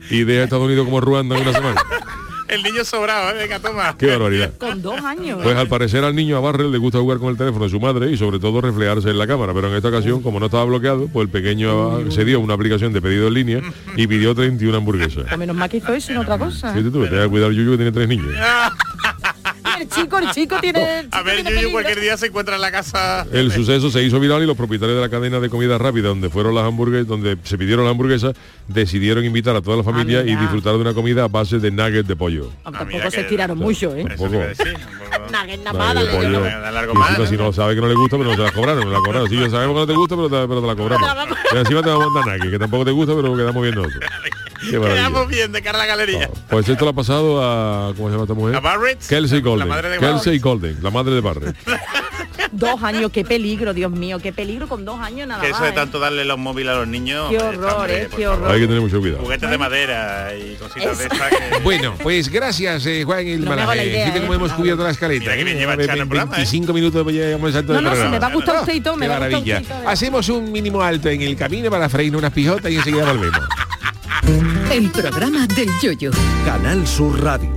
Speaker 5: y, y deja a Estados Unidos como Ruanda en una semana.
Speaker 4: El niño sobrado, ¿eh? venga, toma.
Speaker 5: Qué barbaridad.
Speaker 3: Con dos años.
Speaker 5: Pues al parecer al niño a Barrel le gusta jugar con el teléfono de su madre y sobre todo reflejarse en la cámara, pero en esta ocasión, como no estaba bloqueado, pues el pequeño se dio una aplicación de pedido en línea y pidió 31 hamburguesas.
Speaker 3: Menos mal que hizo eso y no otra cosa.
Speaker 5: Fíjate tú, que te voy a cuidar Yuyu que tiene tres niños.
Speaker 3: Y el chico, el chico tiene... el chico
Speaker 4: A ver,
Speaker 3: tiene
Speaker 4: Yuyu
Speaker 3: peligro.
Speaker 4: cualquier día se encuentra en la casa.
Speaker 5: El suceso se hizo viral y los propietarios de la cadena de comida rápida donde fueron las hamburguesas, donde se pidieron las hamburguesas, decidieron invitar a toda la familia y
Speaker 3: mira.
Speaker 5: disfrutar de una comida a base de nuggets de pollo.
Speaker 3: Ah,
Speaker 4: Ah,
Speaker 3: Tampoco
Speaker 4: mira
Speaker 3: se
Speaker 4: que-
Speaker 3: tiraron mucho, ¿eh?
Speaker 4: Eso te iba a decir, un poco-
Speaker 3: Nugget nada más,
Speaker 5: Nuggets de
Speaker 3: dale.
Speaker 5: pollo.
Speaker 4: dale, dale algo
Speaker 5: pues Y encima,
Speaker 4: más,
Speaker 5: si
Speaker 4: ¿no?
Speaker 5: no sabe que no le gusta, pero no se la cobraron, no la cobraron. Si yo sabemos que no te gusta, pero te, pero te la cobramos. Y encima te vamos a mandar nuggets, que tampoco te gusta, pero quedamos bien nosotros. Qué maravilla.
Speaker 4: Quedamos bien de cara a la galería.
Speaker 5: Pues esto lo ha pasado a... ¿Cómo se llama esta mujer?
Speaker 4: ¿A Barrett?
Speaker 5: Kelsey
Speaker 4: La
Speaker 5: Golden.
Speaker 4: madre de
Speaker 5: Kelsey Golden, la madre de Barrett.
Speaker 3: Dos años, qué peligro, Dios mío, qué peligro con dos años nada
Speaker 4: Que
Speaker 3: más.
Speaker 4: eso de
Speaker 3: ¿eh?
Speaker 4: tanto darle los móviles a los niños.
Speaker 3: Qué
Speaker 4: hombre,
Speaker 3: horror,
Speaker 4: está, hombre,
Speaker 3: eh,
Speaker 4: por
Speaker 3: qué
Speaker 4: favor.
Speaker 3: horror.
Speaker 5: Hay que tener mucho cuidado.
Speaker 4: Juguetes de madera y cositas de
Speaker 3: Eso.
Speaker 4: estas que...
Speaker 2: Bueno, pues gracias, eh, Juan y
Speaker 3: No me hago la idea,
Speaker 2: Fíjate
Speaker 3: ¿eh?
Speaker 2: cómo hemos cubierto la escaleta.
Speaker 4: Mira que bien
Speaker 2: ¿eh?
Speaker 4: lleva
Speaker 2: Ve-
Speaker 4: Chano el programa, ¿eh?
Speaker 2: 25 minutos pues, ya llegamos al salto
Speaker 3: No,
Speaker 2: del
Speaker 3: no, si
Speaker 2: programa.
Speaker 3: me va a gustar usted y todo, me
Speaker 2: Qué
Speaker 3: va a gustar usted
Speaker 2: maravilla.
Speaker 3: y todo. ¿verdad?
Speaker 2: Hacemos un mínimo alto en el camino para freírnos unas pijotas y enseguida volvemos.
Speaker 6: El programa del yoyo.
Speaker 9: Canal Sur Radio.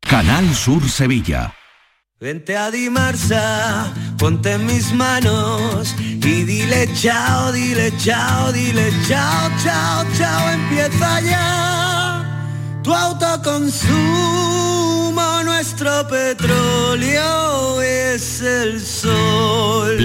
Speaker 9: Canal Sur Sevilla.
Speaker 10: Vente a Dimarsa, ponte en mis manos y dile chao, dile chao, dile chao, chao, chao, empieza ya. Tu autoconsumo, nuestro petróleo es el sol.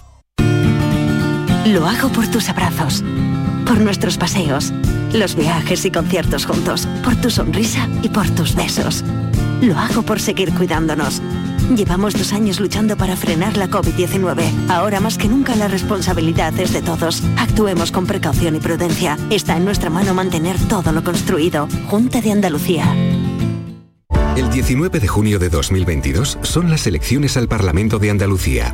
Speaker 11: Lo hago por tus abrazos, por nuestros paseos, los viajes y conciertos juntos, por tu sonrisa y por tus besos. Lo hago por seguir cuidándonos. Llevamos dos años luchando para frenar la COVID-19. Ahora más que nunca la responsabilidad es de todos. Actuemos con precaución y prudencia. Está en nuestra mano mantener todo lo construido. Junta de Andalucía.
Speaker 12: El 19 de junio de 2022 son las elecciones al Parlamento de Andalucía.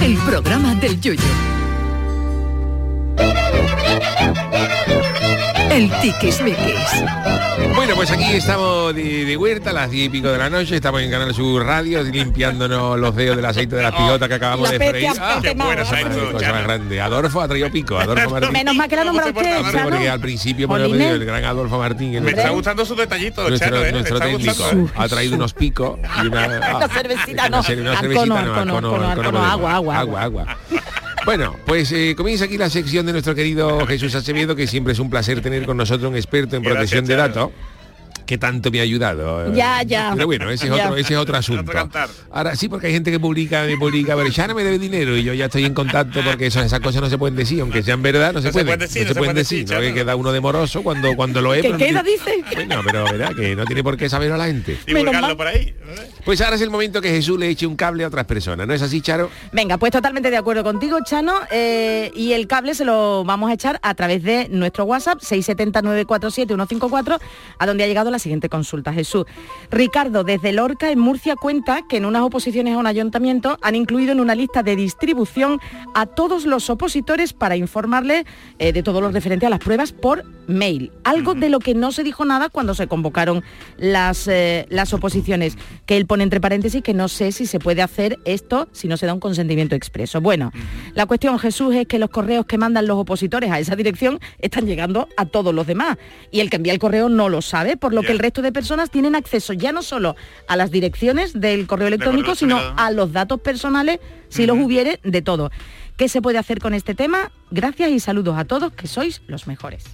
Speaker 6: el programa del yoyo. El tiquismiquis.
Speaker 2: Bueno, pues aquí estamos de, de huerta a las 10 y pico de la noche, estamos en Canal Sur Radio limpiándonos los dedos del aceite de las pilotas que acabamos
Speaker 3: Oh,
Speaker 2: de
Speaker 3: La peste
Speaker 2: freír.
Speaker 3: a peste
Speaker 4: Ah, qué bueno,
Speaker 3: mala.
Speaker 4: Sainz.
Speaker 2: Madre,
Speaker 4: Eso,
Speaker 2: cosa
Speaker 4: ya
Speaker 2: más
Speaker 4: no.
Speaker 2: grande. Adolfo ha traído pico, Adolfo Martíín.
Speaker 3: Menos mal que la ha nombrado
Speaker 4: ¿Cómo se
Speaker 3: usted,
Speaker 4: porta,
Speaker 2: Hombre,
Speaker 3: Chano.
Speaker 2: porque al principio por
Speaker 3: Jolines.
Speaker 2: el gran Adolfo Martín, que
Speaker 4: Me
Speaker 2: nuestro-
Speaker 4: está gustando su detallito,
Speaker 2: nuestro,
Speaker 4: Chano, ¿eh? Me
Speaker 2: nuestro
Speaker 4: está
Speaker 2: técnico
Speaker 4: gustando.
Speaker 2: ha traído unos picos y una,
Speaker 3: Una cervecita, no.
Speaker 2: Una, cer- una
Speaker 3: Al
Speaker 2: cervecita,
Speaker 3: cono,
Speaker 2: no,
Speaker 3: al
Speaker 2: al
Speaker 3: cono,
Speaker 2: cono,
Speaker 3: al cono,
Speaker 2: al cono
Speaker 3: al cono,
Speaker 2: de-
Speaker 3: agua, agua,
Speaker 2: agua, agua. Bueno, pues eh, comienza aquí la sección de nuestro querido Jesús Acevedo, que siempre es un placer tener con nosotros un experto en
Speaker 4: Gracias,
Speaker 2: protección de
Speaker 4: Chano.
Speaker 2: datos que tanto me ha ayudado. eh.
Speaker 3: Ya, ya.
Speaker 2: Pero bueno, ese es
Speaker 3: Ya.
Speaker 2: otro, ese es otro asunto.
Speaker 4: Otro cantar.
Speaker 2: Ahora sí, porque hay gente que publica, me publica, pero ya no me debe dinero y yo ya estoy en contacto porque eso- esas cosas no se pueden decir, aunque sean verdad, no, se, pueden,
Speaker 4: decir,
Speaker 2: no se pueden decir, ¿no?
Speaker 4: Chano.
Speaker 2: que queda uno de moroso cuando, cuando lo es.
Speaker 3: ¿Que
Speaker 2: pero no
Speaker 3: queda,
Speaker 2: tiene-
Speaker 3: dice?
Speaker 2: Bueno, pero verdad que no tiene por qué saberlo la gente.
Speaker 4: Divulgarlo
Speaker 3: mal.
Speaker 4: por ahí. ¿eh?
Speaker 2: Pues ahora es el momento que Jesús le eche un cable a otras personas, ¿no es así, Charo?
Speaker 3: Venga, pues totalmente de acuerdo contigo, Chano. eh, y el cable se lo vamos a echar a través de nuestro WhatsApp, 670-947-154, a donde ha llegado la siguiente consulta, Jesús. Ricardo, desde Lorca, en Murcia, cuenta que en unas oposiciones a un ayuntamiento han incluido en una lista de distribución a todos los opositores para informarle eh, de todo lo referente a las pruebas por mail. Algo de lo que no se dijo nada cuando se convocaron las, eh, las oposiciones. Que él pone entre paréntesis que no sé si se puede hacer esto si no se da un consentimiento expreso. Bueno, la cuestión, Jesús, es que los correos que mandan los opositores a esa dirección están llegando a todos los demás. Y el que envía el correo no lo sabe, por lo que el resto de personas tienen acceso ya no solo a las direcciones del correo electrónico, sino a los datos personales, si los hubiere, de todo. ¿Qué se puede hacer con este tema? Gracias y saludos a todos, que sois los mejores.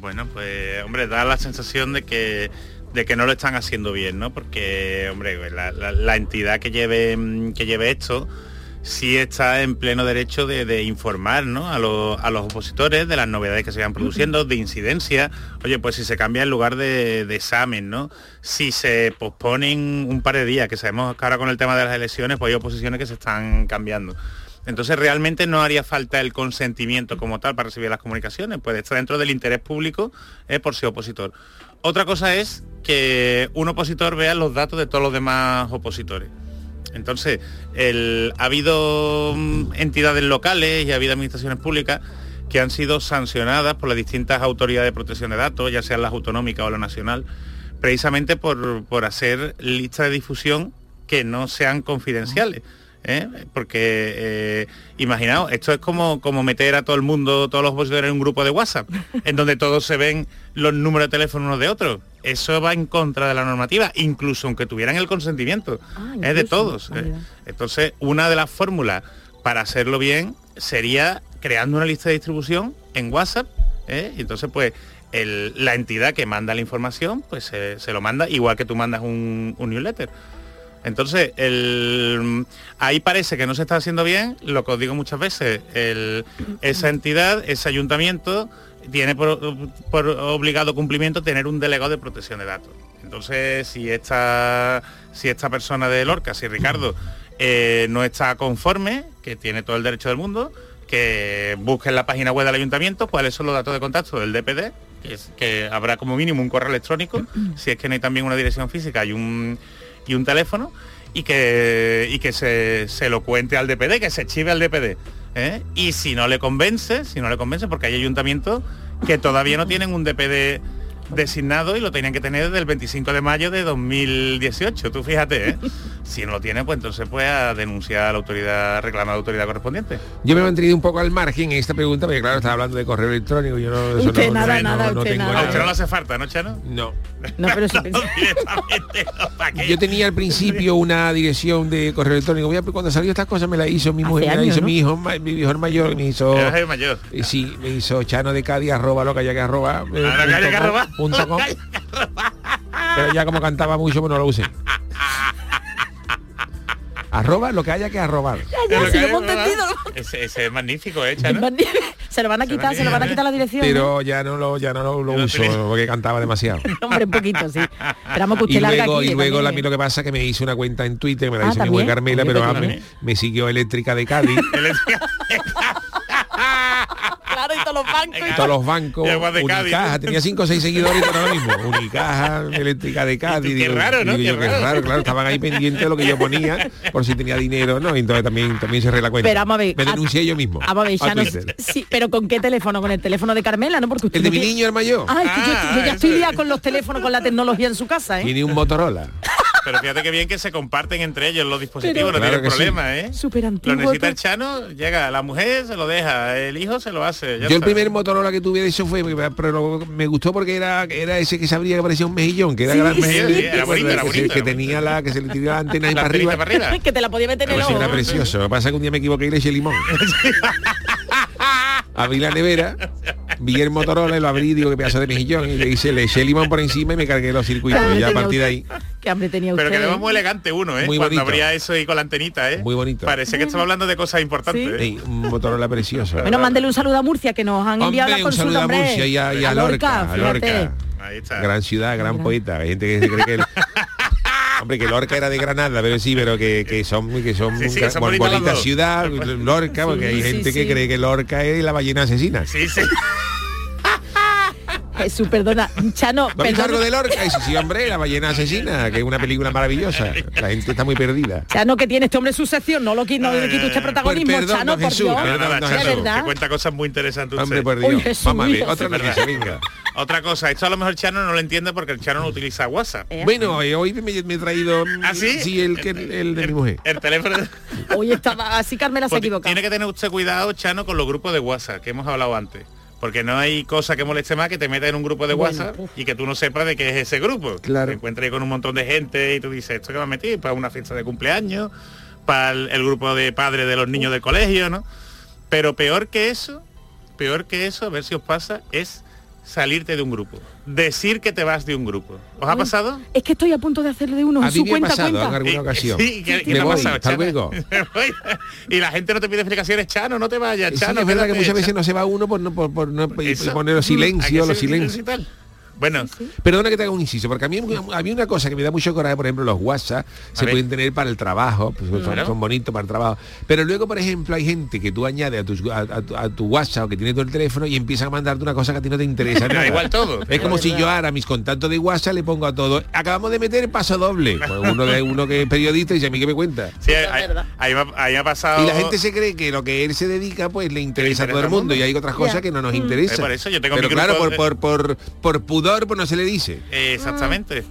Speaker 4: Bueno, pues hombre, da la sensación de que de que no lo están haciendo bien, ¿no? Porque, hombre, la, la- la entidad que lleve mm, que lleve esto sí está en pleno derecho de, de informar ¿no? a, los- a los opositores de las novedades que se van produciendo, de incidencia. Oye, pues si se cambia el lugar de, de examen, ¿no? Si se posponen un par de días, que sabemos que ahora con el tema de las elecciones, pues hay oposiciones que se están cambiando. Entonces realmente no haría falta el consentimiento como tal para recibir las comunicaciones, pues está dentro del interés público eh, por ser opositor. Otra cosa es que un opositor vea los datos de todos los demás opositores. Entonces, el- ha habido mm, entidades locales y ha habido administraciones públicas que han sido sancionadas por las distintas autoridades de protección de datos, ya sean las autonómicas o la nacional, precisamente por, por hacer listas de difusión que no sean confidenciales. ¿eh? Porque, eh, imaginaos, esto es como, como meter a todo el mundo, todos los opositores en un grupo de WhatsApp, en donde todos se ven los números de teléfono unos de otros. Eso va en contra de la normativa, incluso aunque tuvieran el consentimiento. es de todos. ¿eh? Entonces, una de las fórmulas para hacerlo bien sería creando una lista de distribución en WhatsApp. ¿eh? Y entonces, pues, el- la entidad que manda la información, pues se, se lo manda, igual que tú mandas un, un newsletter. Entonces, el- ahí parece que no se está haciendo bien, lo que os digo muchas veces, el- esa entidad, ese ayuntamiento, tiene por, por obligado cumplimiento tener un delegado de protección de datos. Entonces, si esta, si esta persona de Lorca, si Ricardo, eh, no está conforme, que tiene todo el derecho del mundo, que busque en la página web del ayuntamiento cuáles son los datos de contacto del DPD, que, es- que habrá como mínimo un correo electrónico, si es que no hay también una dirección física y un, y un teléfono, y que, y que se, se lo cuente al DPD, que se chive al DPD. ¿eh? Y si no le convence, si no le convence, porque hay ayuntamientos que todavía no tienen un DPD designado y lo tenían que tener desde el 25 de mayo de 2018, tú fíjate, ¿eh? si no lo tiene, pues entonces pues a denunciar a la autoridad, reclamar a la autoridad correspondiente.
Speaker 2: Yo me he mantenido un poco al margen en esta pregunta, porque claro, estaba hablando de correo electrónico, yo no, eso
Speaker 4: Usted
Speaker 2: no-
Speaker 4: nada,
Speaker 2: no- no-
Speaker 4: nada,
Speaker 2: no
Speaker 4: usted
Speaker 2: tengo
Speaker 4: nada. A usted no le
Speaker 2: nada.
Speaker 4: hace falta, ¿no, Chano?
Speaker 2: No.
Speaker 3: No, pero sí
Speaker 2: Yo tenía al principio una dirección de correo electrónico. Voy a- cuando salió estas cosas me la hizo mi mujer, me la
Speaker 4: años,
Speaker 2: hizo
Speaker 4: ¿no?
Speaker 2: mi hijo, ma- mi mejor mayor, me hizo.
Speaker 4: Eras el mayor.
Speaker 2: Eh, Sí, me hizo Chano de Cádiz, arroba loca ya que arroba. eh,
Speaker 4: Ah, loca, ya que
Speaker 2: punto com,
Speaker 4: arroba.
Speaker 2: punto com. Pero ya como cantaba mucho, pues no lo usé. Arroba lo que haya que arrobar.
Speaker 3: Ya, ya, si lo hemos
Speaker 4: ¿verdad?
Speaker 3: entendido.
Speaker 4: Ese, ese es magnífico, ¿eh, Chano?
Speaker 3: Se lo van a quitar, se lo van a quitar la dirección. ¿eh?
Speaker 2: Pero ya no lo, ya no lo, lo uso porque cantaba demasiado.
Speaker 3: Hombre, un poquito, sí. Esperamos que usted
Speaker 2: y
Speaker 3: larga
Speaker 2: luego,
Speaker 3: aquí,
Speaker 2: y
Speaker 3: que
Speaker 2: luego la,
Speaker 3: también-
Speaker 2: lo que pasa es que me hizo una cuenta en Twitter, me la
Speaker 3: Ah,
Speaker 2: hizo mi mujer
Speaker 3: ¿también?
Speaker 2: Carmela,
Speaker 3: Oye,
Speaker 2: pero
Speaker 3: pues
Speaker 2: ah, me,
Speaker 3: también.
Speaker 2: me siguió Eléctrica de Cádiz,
Speaker 3: Claro, y todos los bancos. y
Speaker 2: todos
Speaker 3: todo.
Speaker 2: los bancos,
Speaker 4: Y aguas de Cádiz.
Speaker 2: Unicaja, tenía cinco o seis seguidores y todo lo mismo, Unicaja, Eléctrica de Cádiz.
Speaker 4: qué raro, ¿no?
Speaker 2: digo yo,
Speaker 4: Qué
Speaker 2: qué
Speaker 4: raro.
Speaker 2: raro, claro, estaban ahí pendientes de lo que yo ponía, por si tenía dinero, ¿no? Y entonces también, también cerré la cuenta.
Speaker 3: Pero vamos a ver,
Speaker 2: me
Speaker 3: a-
Speaker 2: denuncié yo mismo.
Speaker 3: Vamos a ver, ya no-
Speaker 2: Twitter.
Speaker 3: sí, pero ¿con qué teléfono? ¿Con el teléfono de Carmela? ¿no? Porque usted
Speaker 2: El de
Speaker 3: no
Speaker 2: mi
Speaker 3: tiene-
Speaker 2: niño, el mayor.
Speaker 3: Ay, que yo-
Speaker 4: Ah,
Speaker 3: yo, ya
Speaker 4: eso
Speaker 3: estoy liada con los teléfonos, con la tecnología en su casa, ¿eh?
Speaker 2: Tiene un Motorola.
Speaker 4: Pero fíjate que bien que se comparten entre ellos
Speaker 3: Pero-
Speaker 4: los dispositivos, no
Speaker 2: Claro
Speaker 4: tienen
Speaker 2: que sí. pues.
Speaker 4: problema, ¿eh?
Speaker 3: Súper
Speaker 4: Lo
Speaker 3: antiguo.
Speaker 4: necesita el Chano, llega, la mujer se lo deja, el hijo se lo hace.
Speaker 2: Yo
Speaker 4: ya
Speaker 2: el
Speaker 4: está.
Speaker 2: primer Motorola que tuve de eso fue, pero lo- me gustó porque era, era ese que se abría que parecía un mejillón, que era
Speaker 4: Sí,
Speaker 2: grande,
Speaker 4: sí,
Speaker 2: ¿te
Speaker 4: sí, era
Speaker 2: acuerdas?
Speaker 4: bonito,
Speaker 2: que,
Speaker 4: era
Speaker 2: se-
Speaker 4: bonito,
Speaker 2: que
Speaker 4: era
Speaker 2: tenía la, que se le tiraba la antena ahí
Speaker 4: La
Speaker 2: para arriba.
Speaker 4: antenita para arriba.
Speaker 3: que te la podía meter en el
Speaker 2: Pues
Speaker 3: ojo.
Speaker 2: era precioso. Lo que pasa es que un día me equivoqué y le eché limón. abrí la nevera, vi el Motorola y lo abrí, digo que pedazo de mejillón, y le hice, le eché limón por encima y me cargué los circuitos.
Speaker 3: Claro,
Speaker 2: y ya a
Speaker 3: tenía
Speaker 2: partir de ahí.
Speaker 3: Qué hambre tenía usted.
Speaker 4: Pero quedaba
Speaker 3: ¿eh?
Speaker 4: muy elegante uno, ¿eh?
Speaker 2: Muy
Speaker 4: Cuando
Speaker 2: bonito.
Speaker 4: abría eso y con la antenita, ¿eh?
Speaker 2: Muy bonito.
Speaker 4: Parece que estaba hablando de cosas importantes. ¿eh?
Speaker 2: Sí, un Motorola precioso.
Speaker 3: Bueno, mándele un saludo a Murcia, que nos han enviado
Speaker 2: Hombre,
Speaker 3: la
Speaker 2: un saludo
Speaker 3: consulta,
Speaker 2: a
Speaker 3: hombre.
Speaker 2: Murcia y a, y a
Speaker 3: A
Speaker 2: Lorca.
Speaker 3: Lorca,
Speaker 2: a Lorca.
Speaker 3: fíjate.
Speaker 2: Gran ciudad, gran poeta. Hay gente que se cree que... el- Hombre, que Lorca era de Granada, pero sí, pero que, que son que son,
Speaker 4: Sí, sí, que
Speaker 2: gran-
Speaker 4: son bonitas las
Speaker 2: bonita
Speaker 4: dos. pues.
Speaker 2: ciudad, Lorca, porque hay
Speaker 4: sí,
Speaker 2: gente
Speaker 4: sí.
Speaker 2: que cree que Lorca es la ballena asesina.
Speaker 4: Sí, sí.
Speaker 3: Jesús, perdona. Chano,
Speaker 2: ¿No habéis
Speaker 3: perdona.
Speaker 2: algo de Lorca? Y dice, sí, hombre, La ballena asesina, que es una película maravillosa. La gente está muy perdida.
Speaker 3: Chano, que tiene este hombre su sección, no lo qui- no le quita usted protagonismo,
Speaker 2: Pues perdón,
Speaker 3: Chano,
Speaker 2: don
Speaker 3: por
Speaker 2: Jesús,
Speaker 3: Dios.
Speaker 2: perdón,
Speaker 4: Nada,
Speaker 2: don
Speaker 4: Chano,
Speaker 3: Es verdad.
Speaker 4: que cuenta cosas muy interesantes.
Speaker 2: Hombre, pues.
Speaker 4: usted.
Speaker 2: por Dios. Uy, Jesús, Vamos a ver, otra
Speaker 4: Es verdad.
Speaker 2: noticia, venga.
Speaker 4: Otra cosa, esto a lo mejor el Chano no lo entiende porque el Chano no utiliza WhatsApp.
Speaker 2: Bueno, eh, hoy me, me he traído mm,
Speaker 4: ¿Ah, sí?
Speaker 2: el, que- el de mi mujer.
Speaker 4: El teléfono...
Speaker 2: eh.
Speaker 3: Hoy estaba así Carmela se
Speaker 4: Pues
Speaker 3: equivoca.
Speaker 4: Tiene que tener usted cuidado, Chano, con los grupos de WhatsApp que hemos hablado antes. Porque no hay cosa que moleste más que te metas en un grupo de
Speaker 13: Bueno,
Speaker 4: WhatsApp y que tú no sepas de qué es ese grupo.
Speaker 13: Claro.
Speaker 4: Te encuentres con un montón de gente y tú dices, ¿esto que me a meter? Para una fiesta de cumpleaños, para el, el grupo de padres de los niños del colegio, ¿no? Pero peor que eso, peor que eso, a ver si os pasa, es salirte de un grupo. Decir que te vas de un grupo. ¿Os ha
Speaker 3: Uy,
Speaker 4: pasado?
Speaker 3: Es que estoy a punto de hacerle de uno.
Speaker 2: A
Speaker 3: en
Speaker 2: mí
Speaker 3: su
Speaker 2: me ha
Speaker 3: cuenta,
Speaker 2: pasado
Speaker 3: cuenta.
Speaker 2: en alguna ocasión.
Speaker 4: Eh, Sí, ¿qué- qué
Speaker 2: Me
Speaker 4: te ha
Speaker 2: voy,
Speaker 4: pasado,
Speaker 2: hasta
Speaker 4: Chano?
Speaker 2: luego.
Speaker 4: y la gente no te pide explicaciones, Chano, no te vayas,
Speaker 2: Sí,
Speaker 4: Chano.
Speaker 2: es verdad que
Speaker 4: espérate,
Speaker 2: muchas veces
Speaker 4: Chano.
Speaker 2: no se va uno por no por, por no- y- y
Speaker 4: Eso. Mm,
Speaker 2: poner los
Speaker 4: Hay
Speaker 2: silencios,
Speaker 4: que
Speaker 2: los
Speaker 4: ser
Speaker 2: silencios.
Speaker 4: y tal. Bueno,
Speaker 2: Perdona que te haga un inciso, porque a mí a mí una cosa que me da mucho coraje, por ejemplo, los WhatsApp se
Speaker 4: ver.
Speaker 2: pueden tener para el trabajo, pues, son,
Speaker 4: Claro.
Speaker 2: son bonitos para el trabajo. Pero luego, por ejemplo, hay gente que tú añades a, tus- a- a tu- a tu WhatsApp o que tiene todo el teléfono y empiezan a mandarte una cosa que a ti no te interesa.
Speaker 4: Da
Speaker 2: nada.
Speaker 4: igual todo.
Speaker 2: Es como si yo ahora a mis contactos de WhatsApp le pongo a todo. Acabamos de meter paso doble. Pues uno, de, uno que es periodista y dice, a mí que me cuenta.
Speaker 4: sí, ahí, ahí me ha- ahí me ha pasado...
Speaker 2: Y la gente se cree que lo que él se dedica pues le interesa, a todo el
Speaker 4: interesa al
Speaker 2: mundo y hay otras cosas
Speaker 4: Ya.
Speaker 2: que no nos
Speaker 4: Mm.
Speaker 2: interesan.
Speaker 4: Eh, por eso yo tengo eh,
Speaker 2: Pero
Speaker 4: mi
Speaker 2: claro, por,
Speaker 4: grupo
Speaker 2: por, por, por pudor pues no se le dice.
Speaker 4: Eh, Exactamente.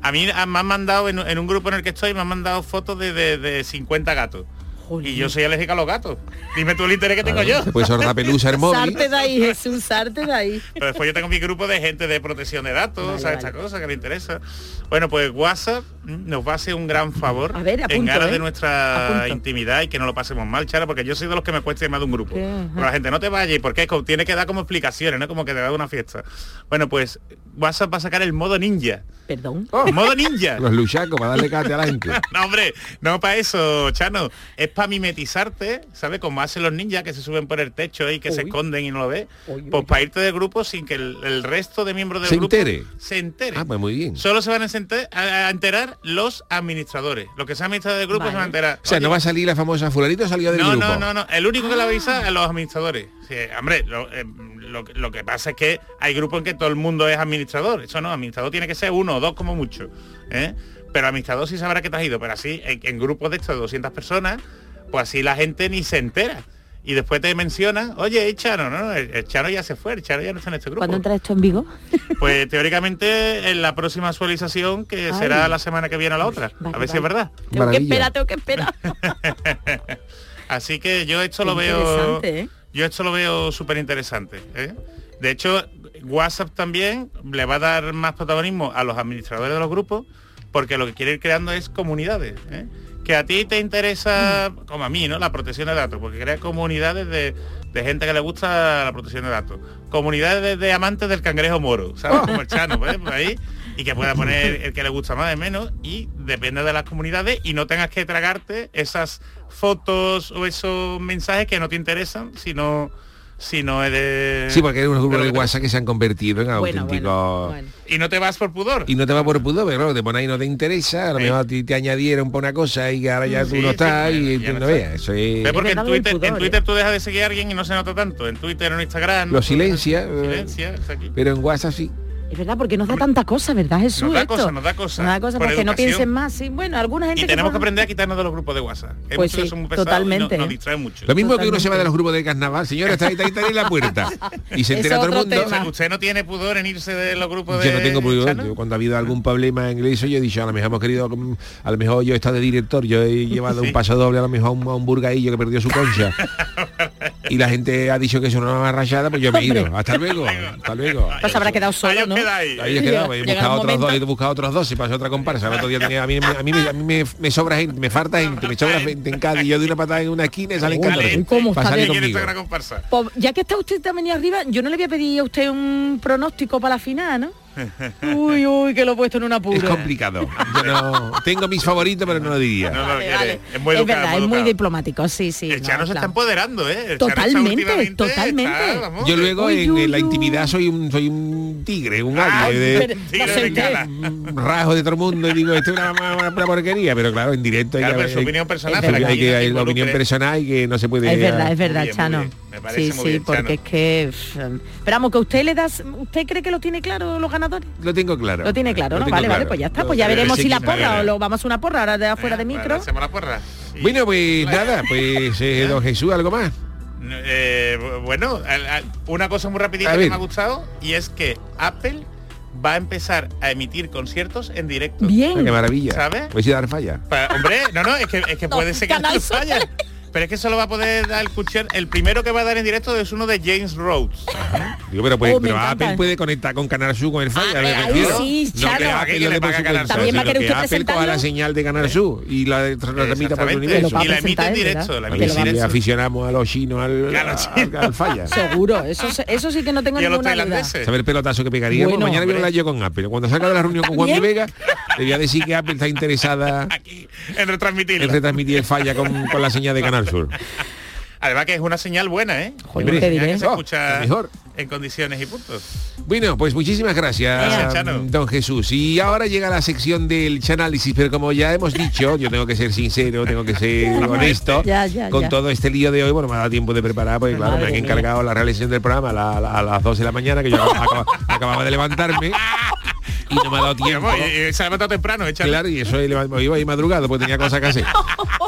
Speaker 4: A mí ah, me han mandado, en, en un grupo en el que estoy, me han mandado fotos de, de- de 50 gatos. Y yo soy alérgica a los gatos. Dime tú el interés que tengo yo.
Speaker 2: Pues sorda pelusa el móvil.
Speaker 3: Sarte de ahí, Jesús, sarte de ahí.
Speaker 4: Pero después yo tengo mi grupo de gente de protección de datos, o sea, esta cosa que le interesa. Bueno, pues WhatsApp mm, nos va a hacer un gran favor
Speaker 3: A ver, apunto,
Speaker 4: en aras
Speaker 3: ¿eh?
Speaker 4: de nuestra
Speaker 3: Apunto.
Speaker 4: intimidad y que no lo pasemos mal, Chara, porque yo soy de los que me cuesta más de un grupo.
Speaker 3: Sí, ajá.
Speaker 4: Pero la gente no te vaya, y porque es como- tiene que dar como explicaciones, ¿no? Como que te da una fiesta. Bueno, pues WhatsApp va a sacar el modo ninja.
Speaker 3: Perdón.
Speaker 4: Modo ninja.
Speaker 2: Los luchacos para darle cate a la gente.
Speaker 4: No, hombre, no para eso, Chano. Es para mimetizarte, ¿sabes? Como hacen los ninjas que se suben por el techo y que se esconden y no lo ves. Pues para irte del grupo sin que el, el resto de miembros del
Speaker 2: Se
Speaker 4: grupo
Speaker 2: entere.
Speaker 4: se entere.
Speaker 2: Ah, pues muy bien.
Speaker 4: Solo se van a, sente- a- a enterar los administradores. Los que sean administradores del grupo se van a enterar.
Speaker 2: O sea, no va a salir la famosa fulanito salió del
Speaker 4: no,
Speaker 2: grupo.
Speaker 4: no, no, no. El único que le avisa a los administradores. Sí, hombre, lo, eh, lo que- lo que pasa es que hay grupos en que todo el mundo es administrador. Eso no, administrador tiene que ser uno o dos como mucho. ¿eh? Pero administrador sí sabrá que te has ido. Pero así, en, en grupos de estas 200 personas, pues así la gente ni se entera. Y después te mencionan, oye, el Chano, no, no, el, el Chano ya se fue, el Chano ya no está en este grupo.
Speaker 3: ¿Cuándo entra esto en Vigo?
Speaker 4: Pues teóricamente en la próxima actualización, que
Speaker 3: Ay.
Speaker 4: será la semana que viene o la otra. a ver si es verdad.
Speaker 3: Tengo que esperar, tengo que esperar.
Speaker 4: Así que yo esto lo
Speaker 3: Qué
Speaker 4: veo.
Speaker 3: interesante, ¿eh?
Speaker 4: Yo esto lo veo súper interesante. ¿eh? De hecho, WhatsApp también le va a dar más protagonismo a los administradores de los grupos, porque lo que quiere ir creando es comunidades. ¿eh? Que a ti te interesa,
Speaker 3: Mm.
Speaker 4: como a mí, ¿no? La protección de datos, porque crea comunidades de, de gente que le gusta la protección de datos. Comunidades de amantes del cangrejo moro, ¿sabes?
Speaker 3: Oh.
Speaker 4: Como el Chano, ¿eh? Por ahí. Y que pueda poner el que le gusta más, el menos, y depende de las comunidades y no tengas que tragarte esas fotos o esos mensajes que no te interesan, sino si no eres
Speaker 2: Sí, porque hay unos grupos de WhatsApp que se han convertido en
Speaker 4: Bueno,
Speaker 2: auténticos...
Speaker 4: y no te vas por pudor.
Speaker 2: Y no te va por pudo, pero claro, te pones ahí no te interesa, a lo mejor a ti te añadieron para una cosa y ahora ya tú
Speaker 4: Sí,
Speaker 2: no
Speaker 4: sí,
Speaker 2: estás
Speaker 4: ya-
Speaker 2: y
Speaker 4: ya
Speaker 2: tú
Speaker 4: no
Speaker 2: no veas. Eso es...
Speaker 4: Ve, porque en Twitter, en Twitter tú dejas de seguir a alguien y no se nota tanto. En Twitter o en Instagram.
Speaker 2: Lo silencia, eh.
Speaker 4: Lo silencia, está aquí.
Speaker 2: Pero en WhatsApp sí.
Speaker 3: Es verdad, porque nos da tanta cosa, ¿verdad, Jesús?
Speaker 4: Nos da
Speaker 3: esto?
Speaker 4: cosa, nos da cosa.
Speaker 3: Nos da cosa,
Speaker 4: Por
Speaker 3: para que no
Speaker 4: educación.
Speaker 3: piensen más. Sí, bueno, alguna gente
Speaker 4: Y tenemos que
Speaker 3: forma-
Speaker 4: aprender a quitarnos de los grupos de WhatsApp. Hay
Speaker 3: Pues
Speaker 4: muchos que
Speaker 3: sí,
Speaker 4: son muy pesados y no-
Speaker 3: totalmente,
Speaker 4: nos
Speaker 3: ¿eh?
Speaker 4: distraen mucho.
Speaker 2: Lo mismo que uno se va de los grupos de carnaval, señora, está ahí, está ahí, está ahí en la puerta. Y se entera todo el mundo.
Speaker 4: Usted- Usted no tiene pudor en irse de los
Speaker 3: Pues
Speaker 4: grupos de...
Speaker 2: Yo no tengo problema. Yo cuando ha habido algún problema en inglés, yo he dicho, a lo mejor hemos querido, mm, a lo mejor yo he estado de director, yo he llevado un paso doble a lo mejor a un, a un burgaillo que perdió su concha. y la gente ha dicho que eso no es rayada, pues yo me he ido. Hasta luego, hasta luego.
Speaker 3: Pues habrá quedado solo, ¿no?
Speaker 2: Ahí he quedado, he buscado
Speaker 3: Llega- llega un
Speaker 2: otros
Speaker 3: momento-
Speaker 2: dos, he buscado otros dos y pasó otra comparsa. El otro día tenía- a mí, a mí- a mí me, me sobra gente, me falta gente, me sobra gente en Cádiz. Yo doy una patada en una esquina y salen
Speaker 3: Uy,
Speaker 2: catorce.
Speaker 3: ¿cómo
Speaker 2: Para
Speaker 3: está
Speaker 2: salir
Speaker 3: de-
Speaker 2: conmigo.
Speaker 3: Pues, ya que está usted también ahí arriba, yo no le voy a pedir a usted un pronóstico para la final, ¿no? Uy, uy, que lo he puesto en una apuro.
Speaker 2: Es complicado. Yo no- tengo mis favoritos, pero no lo diría.
Speaker 4: Es muy
Speaker 3: es verdad, es
Speaker 4: educado, muy
Speaker 3: muy
Speaker 4: educado.
Speaker 3: diplomático, sí,
Speaker 2: Eh,
Speaker 3: sí.
Speaker 4: El Chano se está empoderando, ¿eh? El Chano está
Speaker 3: Totalmente,
Speaker 4: últimamente-
Speaker 3: totalmente.
Speaker 2: Yo luego
Speaker 3: Uy,
Speaker 2: en,
Speaker 3: uy,
Speaker 2: en la
Speaker 3: uy.
Speaker 2: intimidad soy un soy un tigre, un águila.
Speaker 3: Ay,
Speaker 2: de-
Speaker 3: Ah, pero-
Speaker 2: de-
Speaker 3: la
Speaker 2: de-
Speaker 3: senté.
Speaker 2: mm, rajo de todo el mundo y digo, esto es una, una- una porquería, pero claro, en directo hay
Speaker 4: Claro,
Speaker 2: que-
Speaker 4: pero su opinión personal,
Speaker 2: hay
Speaker 4: pero
Speaker 2: que-
Speaker 4: aquí
Speaker 2: hay que-
Speaker 4: no te
Speaker 2: hay la opinión
Speaker 4: involucres.
Speaker 2: personal y que no se puede.
Speaker 3: Es verdad, es verdad, Chano.
Speaker 2: parece
Speaker 3: Sí,
Speaker 2: muy
Speaker 3: sí,
Speaker 2: bien,
Speaker 3: porque
Speaker 2: Chano.
Speaker 3: es que pff, esperamos que usted le das, usted cree que lo tiene claro los ganadores.
Speaker 2: Lo tengo claro.
Speaker 3: Lo tiene claro,
Speaker 2: Lo
Speaker 3: ¿no?
Speaker 2: tengo
Speaker 3: Vale, vale,
Speaker 2: claro.
Speaker 3: pues ya está.
Speaker 2: Lo-
Speaker 3: Pues ya
Speaker 2: pero
Speaker 3: veremos
Speaker 2: sí
Speaker 3: si la
Speaker 2: que se
Speaker 3: porra
Speaker 2: verá.
Speaker 3: o lo vamos a una porra ahora de afuera de micro.
Speaker 4: Hacemos la porra.
Speaker 2: Bueno, pues nada, pues eh, don Jesús, algo más.
Speaker 4: Eh, bu- bueno, al- al- una cosa muy
Speaker 2: A
Speaker 4: rapidita
Speaker 2: ver.
Speaker 4: que me ha gustado y es que Apple va a empezar a emitir conciertos en directo.
Speaker 2: Ah, Qué maravilla.
Speaker 4: ¿Sabes?
Speaker 2: Voy a dar falla.
Speaker 4: Pues, Pa- hombre, no, no, es que, es que puede ser que
Speaker 3: Canal
Speaker 4: no falla. Pero es que solo va a poder dar el cuchillo. El primero que va a dar en directo es uno de James Rhodes.
Speaker 2: Digo, pero, puede,
Speaker 4: Oh, me
Speaker 2: pero
Speaker 4: encanta.
Speaker 2: Apple puede conectar con Canal Sur con el Fire. me
Speaker 4: ahí
Speaker 2: refiero.
Speaker 4: sí,
Speaker 2: no
Speaker 4: Chano.
Speaker 2: creo que yo le
Speaker 4: También
Speaker 2: pague
Speaker 4: va a
Speaker 2: Canal Sur,
Speaker 4: querer
Speaker 2: sino
Speaker 4: usted
Speaker 2: que Apple
Speaker 4: presentarlo.
Speaker 2: coja la señal de Canal Sur y la la transmita por el
Speaker 4: Exactamente.
Speaker 2: universo.
Speaker 4: Y la emite en directo. La emite en
Speaker 2: Y
Speaker 4: directo.
Speaker 2: aficionamos a los chinos al, al, al Fire.
Speaker 3: Seguro, eso, se- eso sí que no tengo ninguna duda.
Speaker 2: Saber el pelotazo que pegaría.
Speaker 3: Bueno,
Speaker 2: Bueno, mañana voy a
Speaker 3: hombre.
Speaker 2: hablar yo con Apple. Cuando salga de la reunión con Juan de
Speaker 3: ¿También?
Speaker 2: Vega, le voy a decir que Apple está interesada
Speaker 4: en retransmitir.
Speaker 2: en retransmitir el falla con, con la señal de Canal Sur.
Speaker 4: Además que es una señal buena, ¿eh?
Speaker 2: Joder,
Speaker 4: Una
Speaker 2: te
Speaker 4: señal
Speaker 2: diré.
Speaker 4: que se
Speaker 2: Oh,
Speaker 4: escucha
Speaker 2: mejor.
Speaker 4: en condiciones y puntos.
Speaker 2: Bueno, pues muchísimas gracias,
Speaker 4: Gracias, Chano.
Speaker 2: don Jesús. Y ahora llega la sección del chanálisis, pero como ya hemos dicho, yo tengo que ser sincero, tengo que ser honesto
Speaker 3: Ya, ya,
Speaker 2: con
Speaker 3: ya.
Speaker 2: todo este lío de hoy. Bueno, me ha dado tiempo de preparar, porque claro, me han encargado la realización del programa a, la- a la- a las 12 de la mañana, que yo acaba- acababa de levantarme. Y no me ha dado tiempo.
Speaker 4: se ha levantado temprano,
Speaker 2: Claro, y eso iba iba ahí madrugado porque tenía cosas que hacer.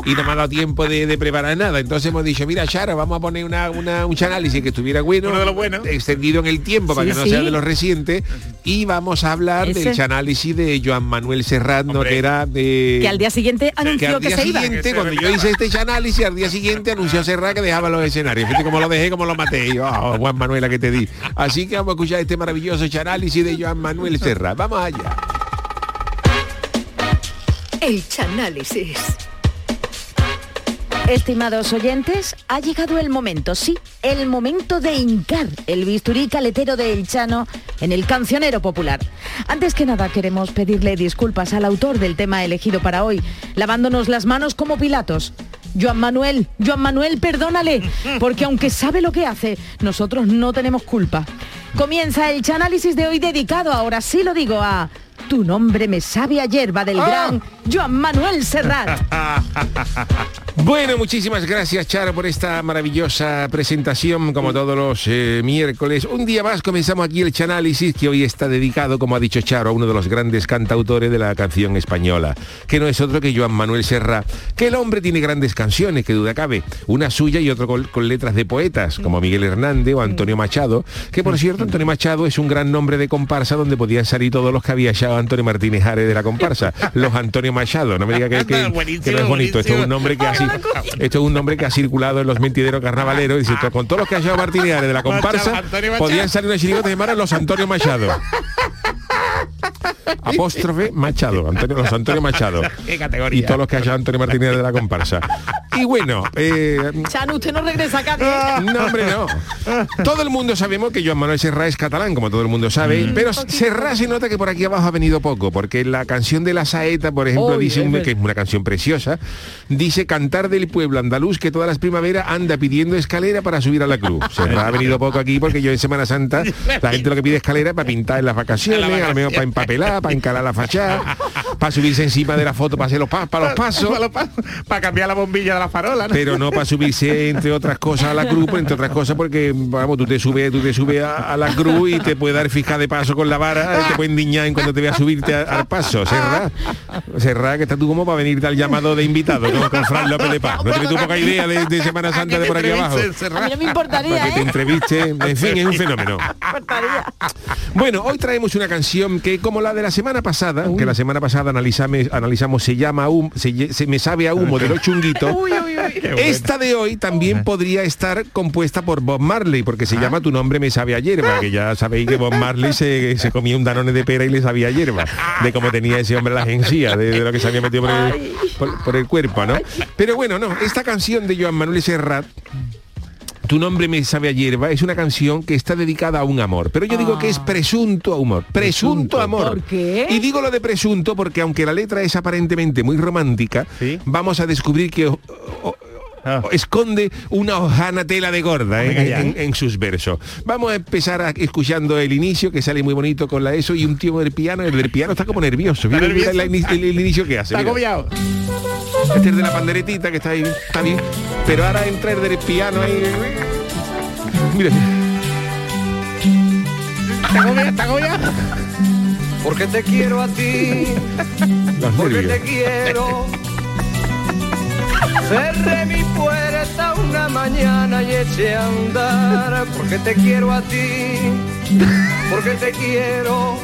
Speaker 2: Y no me ha dado tiempo de, de preparar nada. Entonces hemos dicho, mira, Charo, vamos a poner una, una- un análisis que estuviera bueno,
Speaker 4: Uno de los buenos.
Speaker 2: extendido en el tiempo para
Speaker 4: Sí,
Speaker 2: que no
Speaker 4: sí.
Speaker 2: sea de los recientes. Y vamos a hablar
Speaker 3: Ese.
Speaker 2: del análisis de Joan Manuel Serrat, notera de...
Speaker 3: Que al día siguiente
Speaker 2: que
Speaker 3: anunció
Speaker 2: al
Speaker 3: que,
Speaker 2: día
Speaker 3: se iba.
Speaker 2: siguiente, cuando yo hice este análisis, al día siguiente anunció Serrat que dejaba los escenarios. Fíjate cómo lo dejé, cómo lo maté. Y yo, ah, Juan Manuela, que te di. Así que vamos a escuchar este maravilloso análisis de Joan Manuel Serrat. Vamos allá.
Speaker 6: El chanálisis.
Speaker 3: Estimados oyentes, ha llegado el momento, sí, el momento de hincar el bisturí caletero de El Chano en el cancionero popular. Antes que nada queremos pedirle disculpas al autor del tema elegido para hoy, lavándonos las manos como Pilatos. Joan Manuel, Joan Manuel, perdónale, porque aunque sabe lo que hace, nosotros no tenemos culpa. Comienza el chanálisis de hoy dedicado, ahora sí lo digo, a Tu nombre me sabe a hierba del
Speaker 2: ¡Ah!
Speaker 3: gran Joan Manuel Serrat.
Speaker 2: Bueno, muchísimas gracias Charo por esta maravillosa presentación, como todos los eh, miércoles. Un día más comenzamos aquí el Chanálisis, que hoy está dedicado, como ha dicho Charo, a uno de los grandes cantautores de la canción española, que no es otro que Joan Manuel Serra, que el hombre tiene grandes canciones, que duda cabe, una suya y otro con, con letras de poetas, como Miguel Hernández o Antonio Machado, que por cierto, Antonio Machado es un gran nombre de comparsa donde podían salir todos los que había echado Antonio Martínez Ares de la comparsa, los Antonio Machado, no me diga que, que- que no es bonito, esto es un nombre que así... Esto es un nombre que ha circulado en los mentideros carnavaleros. Dice, esto, con todos los que ha llevado Martínez de la comparsa,
Speaker 4: Antonio Machado.
Speaker 2: podían salir una chirigota llamada Los Antonio Machado. Apóstrofe Machado, Antonio, los Antonio Machado.
Speaker 4: Qué categoría.
Speaker 2: Y todos los que ha llevado Antonio Martínez de la comparsa. Y bueno, eh,
Speaker 3: Chano, usted no regresa acá. ¿eh?
Speaker 2: no, hombre, no. Todo el mundo sabemos que Joan Manuel Serra es catalán, como todo el mundo sabe, pero Serra se nota que por aquí abajo ha venido poco, porque la canción de la saeta, por ejemplo,
Speaker 13: Oy,
Speaker 2: dice
Speaker 13: es
Speaker 2: un-
Speaker 13: verdad.
Speaker 2: que es una canción preciosa, dice cantar del pueblo andaluz que todas las primaveras anda pidiendo escalera para subir a la cruz. Serra ha venido poco aquí porque yo en Semana Santa la gente lo que pide escalera para pintar en las vacaciones, a lo mejor para empapelar, para encalar la fachada, para subirse encima de la foto, para hacer los, pa- para los pasos.
Speaker 4: Para, cambiar la bombilla de la farola. ¿no?
Speaker 2: Pero no para subirse, entre otras cosas, a la cruz, pero entre otras cosas, porque vamos, tú te subes, tú te subes a, a la cruz y te puede dar fija de paso con la vara, te pueden niñar en cuando te veas subirte a- al paso, Serra. Serra, que estás tú como para venirte al llamado de invitado, ¿no? con Fran López de Paz. No tienes tú poca idea de, de Semana Santa de por aquí abajo.
Speaker 3: A mí no me importaría,
Speaker 2: Para que te
Speaker 3: ¿eh?
Speaker 2: entreviste, en fin, es un fenómeno. Bueno, hoy traemos una canción que como la de la semana pasada, que la semana pasada analizame- analizamos se llama Hum- se, lle- se me sabe a humo de los chunguitos. Esta de hoy también podría estar compuesta por Bob Marley, porque se llama Tu nombre me sabe a hierba, que ya sabéis que Bob Marley se, se comía un danone de pera y le sabía a hierba, de cómo tenía ese hombre la agencia, de, de lo que se había metido por el, por- por el cuerpo, ¿no? Pero bueno, no, esta canción de Joan Manuel Serrat tu nombre me sabe a hierba es una canción que está dedicada a un amor, pero yo digo que es presunto amor, presunto, amor.
Speaker 3: ¿Por qué?
Speaker 2: Y digo lo de presunto porque aunque la letra es aparentemente muy romántica, vamos a descubrir que o- o- o- esconde una hojana tela de gorda ¿eh?
Speaker 13: Venga ya.
Speaker 2: en, en- en sus versos. Vamos a empezar a- escuchando el inicio que sale muy bonito con la eso y un tío del piano, el del piano está como nervioso. Mira, mira la ini- el, el inicio que hace.
Speaker 4: Está
Speaker 2: mira.
Speaker 4: agobiado.
Speaker 2: Este es de la panderetita que está ahí, está bien. Pero ahora entra el del piano ahí. Mira.
Speaker 4: ¿Está agobiado? ¿Está agobiado?
Speaker 10: Porque te quiero a ti,
Speaker 2: Los
Speaker 10: porque te
Speaker 2: nervios.
Speaker 10: quiero. Cerré mi puerta una mañana y eché a andar, porque te quiero a ti, porque te quiero.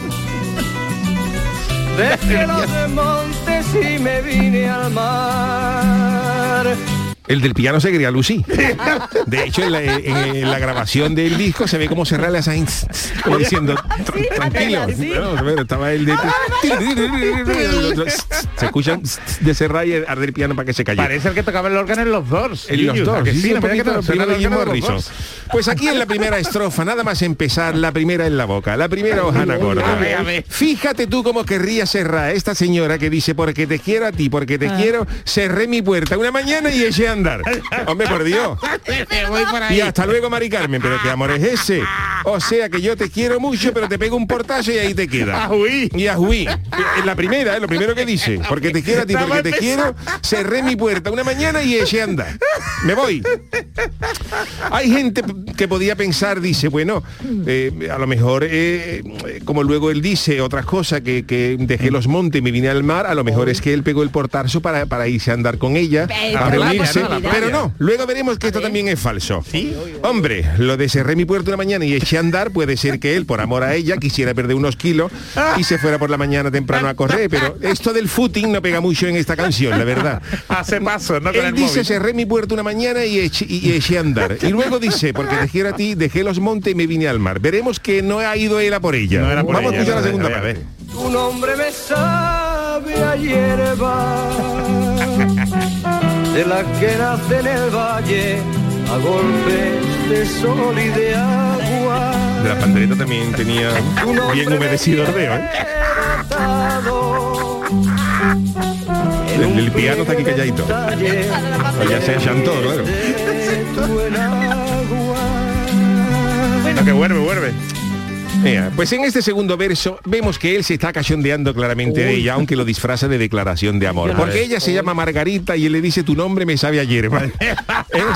Speaker 10: Dejé los montes y me vine al mar.
Speaker 2: El del piano se quería Lucy. De hecho, en la, en- en la grabación del disco se ve cómo se rala esa como diciendo, "Tran- tranquilo. No, bueno, estaba el de... Se escuchan de Serray arder el piano para que se calle.
Speaker 13: Parece el que tocaba el órgano en los dos.
Speaker 2: En los dos, sí, un poquito suena lo mismo Morrison.
Speaker 13: Morrison.
Speaker 2: Pues aquí en la primera estrofa, nada más empezar, la primera en la boca, la primera hojana gorda. Fíjate tú cómo querría cerrar esta señora que dice, porque te quiero a ti, porque te quiero, cerré mi puerta una mañana y eché a andar. Hombre, por Dios. Y hasta luego, Mari Carmen, pero qué amor es ese. O sea que yo te quiero mucho, pero te pego un portazo y ahí te queda. Y a En la primera, es lo primero que dice. Porque te quiero a ti,
Speaker 13: Estaba
Speaker 2: porque te quiero,
Speaker 13: empezando.
Speaker 2: cerré mi puerta una mañana y eché a andar. Me voy. Hay gente que podía pensar, dice, bueno, eh, a lo mejor, eh, como luego él dice otras cosas, que, que dejé los montes y me vine al mar, a lo mejor es que él pegó el portazo para, para irse a andar con ella,
Speaker 13: Pero
Speaker 2: a
Speaker 13: la
Speaker 2: reunirse,
Speaker 13: playa, la
Speaker 2: pero
Speaker 13: playa.
Speaker 2: no, luego veremos que esto también es falso. Hombre, lo de cerré mi puerta una mañana y eché a andar, puede ser que él, por amor a ella, quisiera perder unos kilos y se fuera por la mañana temprano a correr, pero esto del footing no pega mucho en esta canción, la verdad.
Speaker 13: Hace paso, ¿no? Con
Speaker 2: Él
Speaker 13: el
Speaker 2: dice,
Speaker 13: móvil.
Speaker 2: cerré mi puerta una mañana y eché, y eché a andar. Y luego dice, porque te quiero a ti, dejé los montes y me vine al mar. Veremos que no ha ido él a por ella.
Speaker 13: No era por
Speaker 2: Vamos
Speaker 13: ella,
Speaker 2: a escuchar
Speaker 13: no,
Speaker 2: la segunda
Speaker 13: no, no,
Speaker 2: parte.
Speaker 7: Tu nombre me sabe a hierba De la que nace en el valle A golpes de sol y de agua
Speaker 2: De la pandereta también tenía bien humedecido el dedo, ¿eh? El, el piano está aquí calladito. Pues ya se chantó, claro. que vuelve, vuelve. pues en este segundo verso vemos que él se está cachondeando claramente de
Speaker 13: Uy.
Speaker 2: ella, aunque lo disfraza de declaración de amor.
Speaker 13: Ya
Speaker 2: Porque
Speaker 13: ves.
Speaker 2: ella se llama Margarita y él le dice, tu nombre me sabe a hierba. Eh,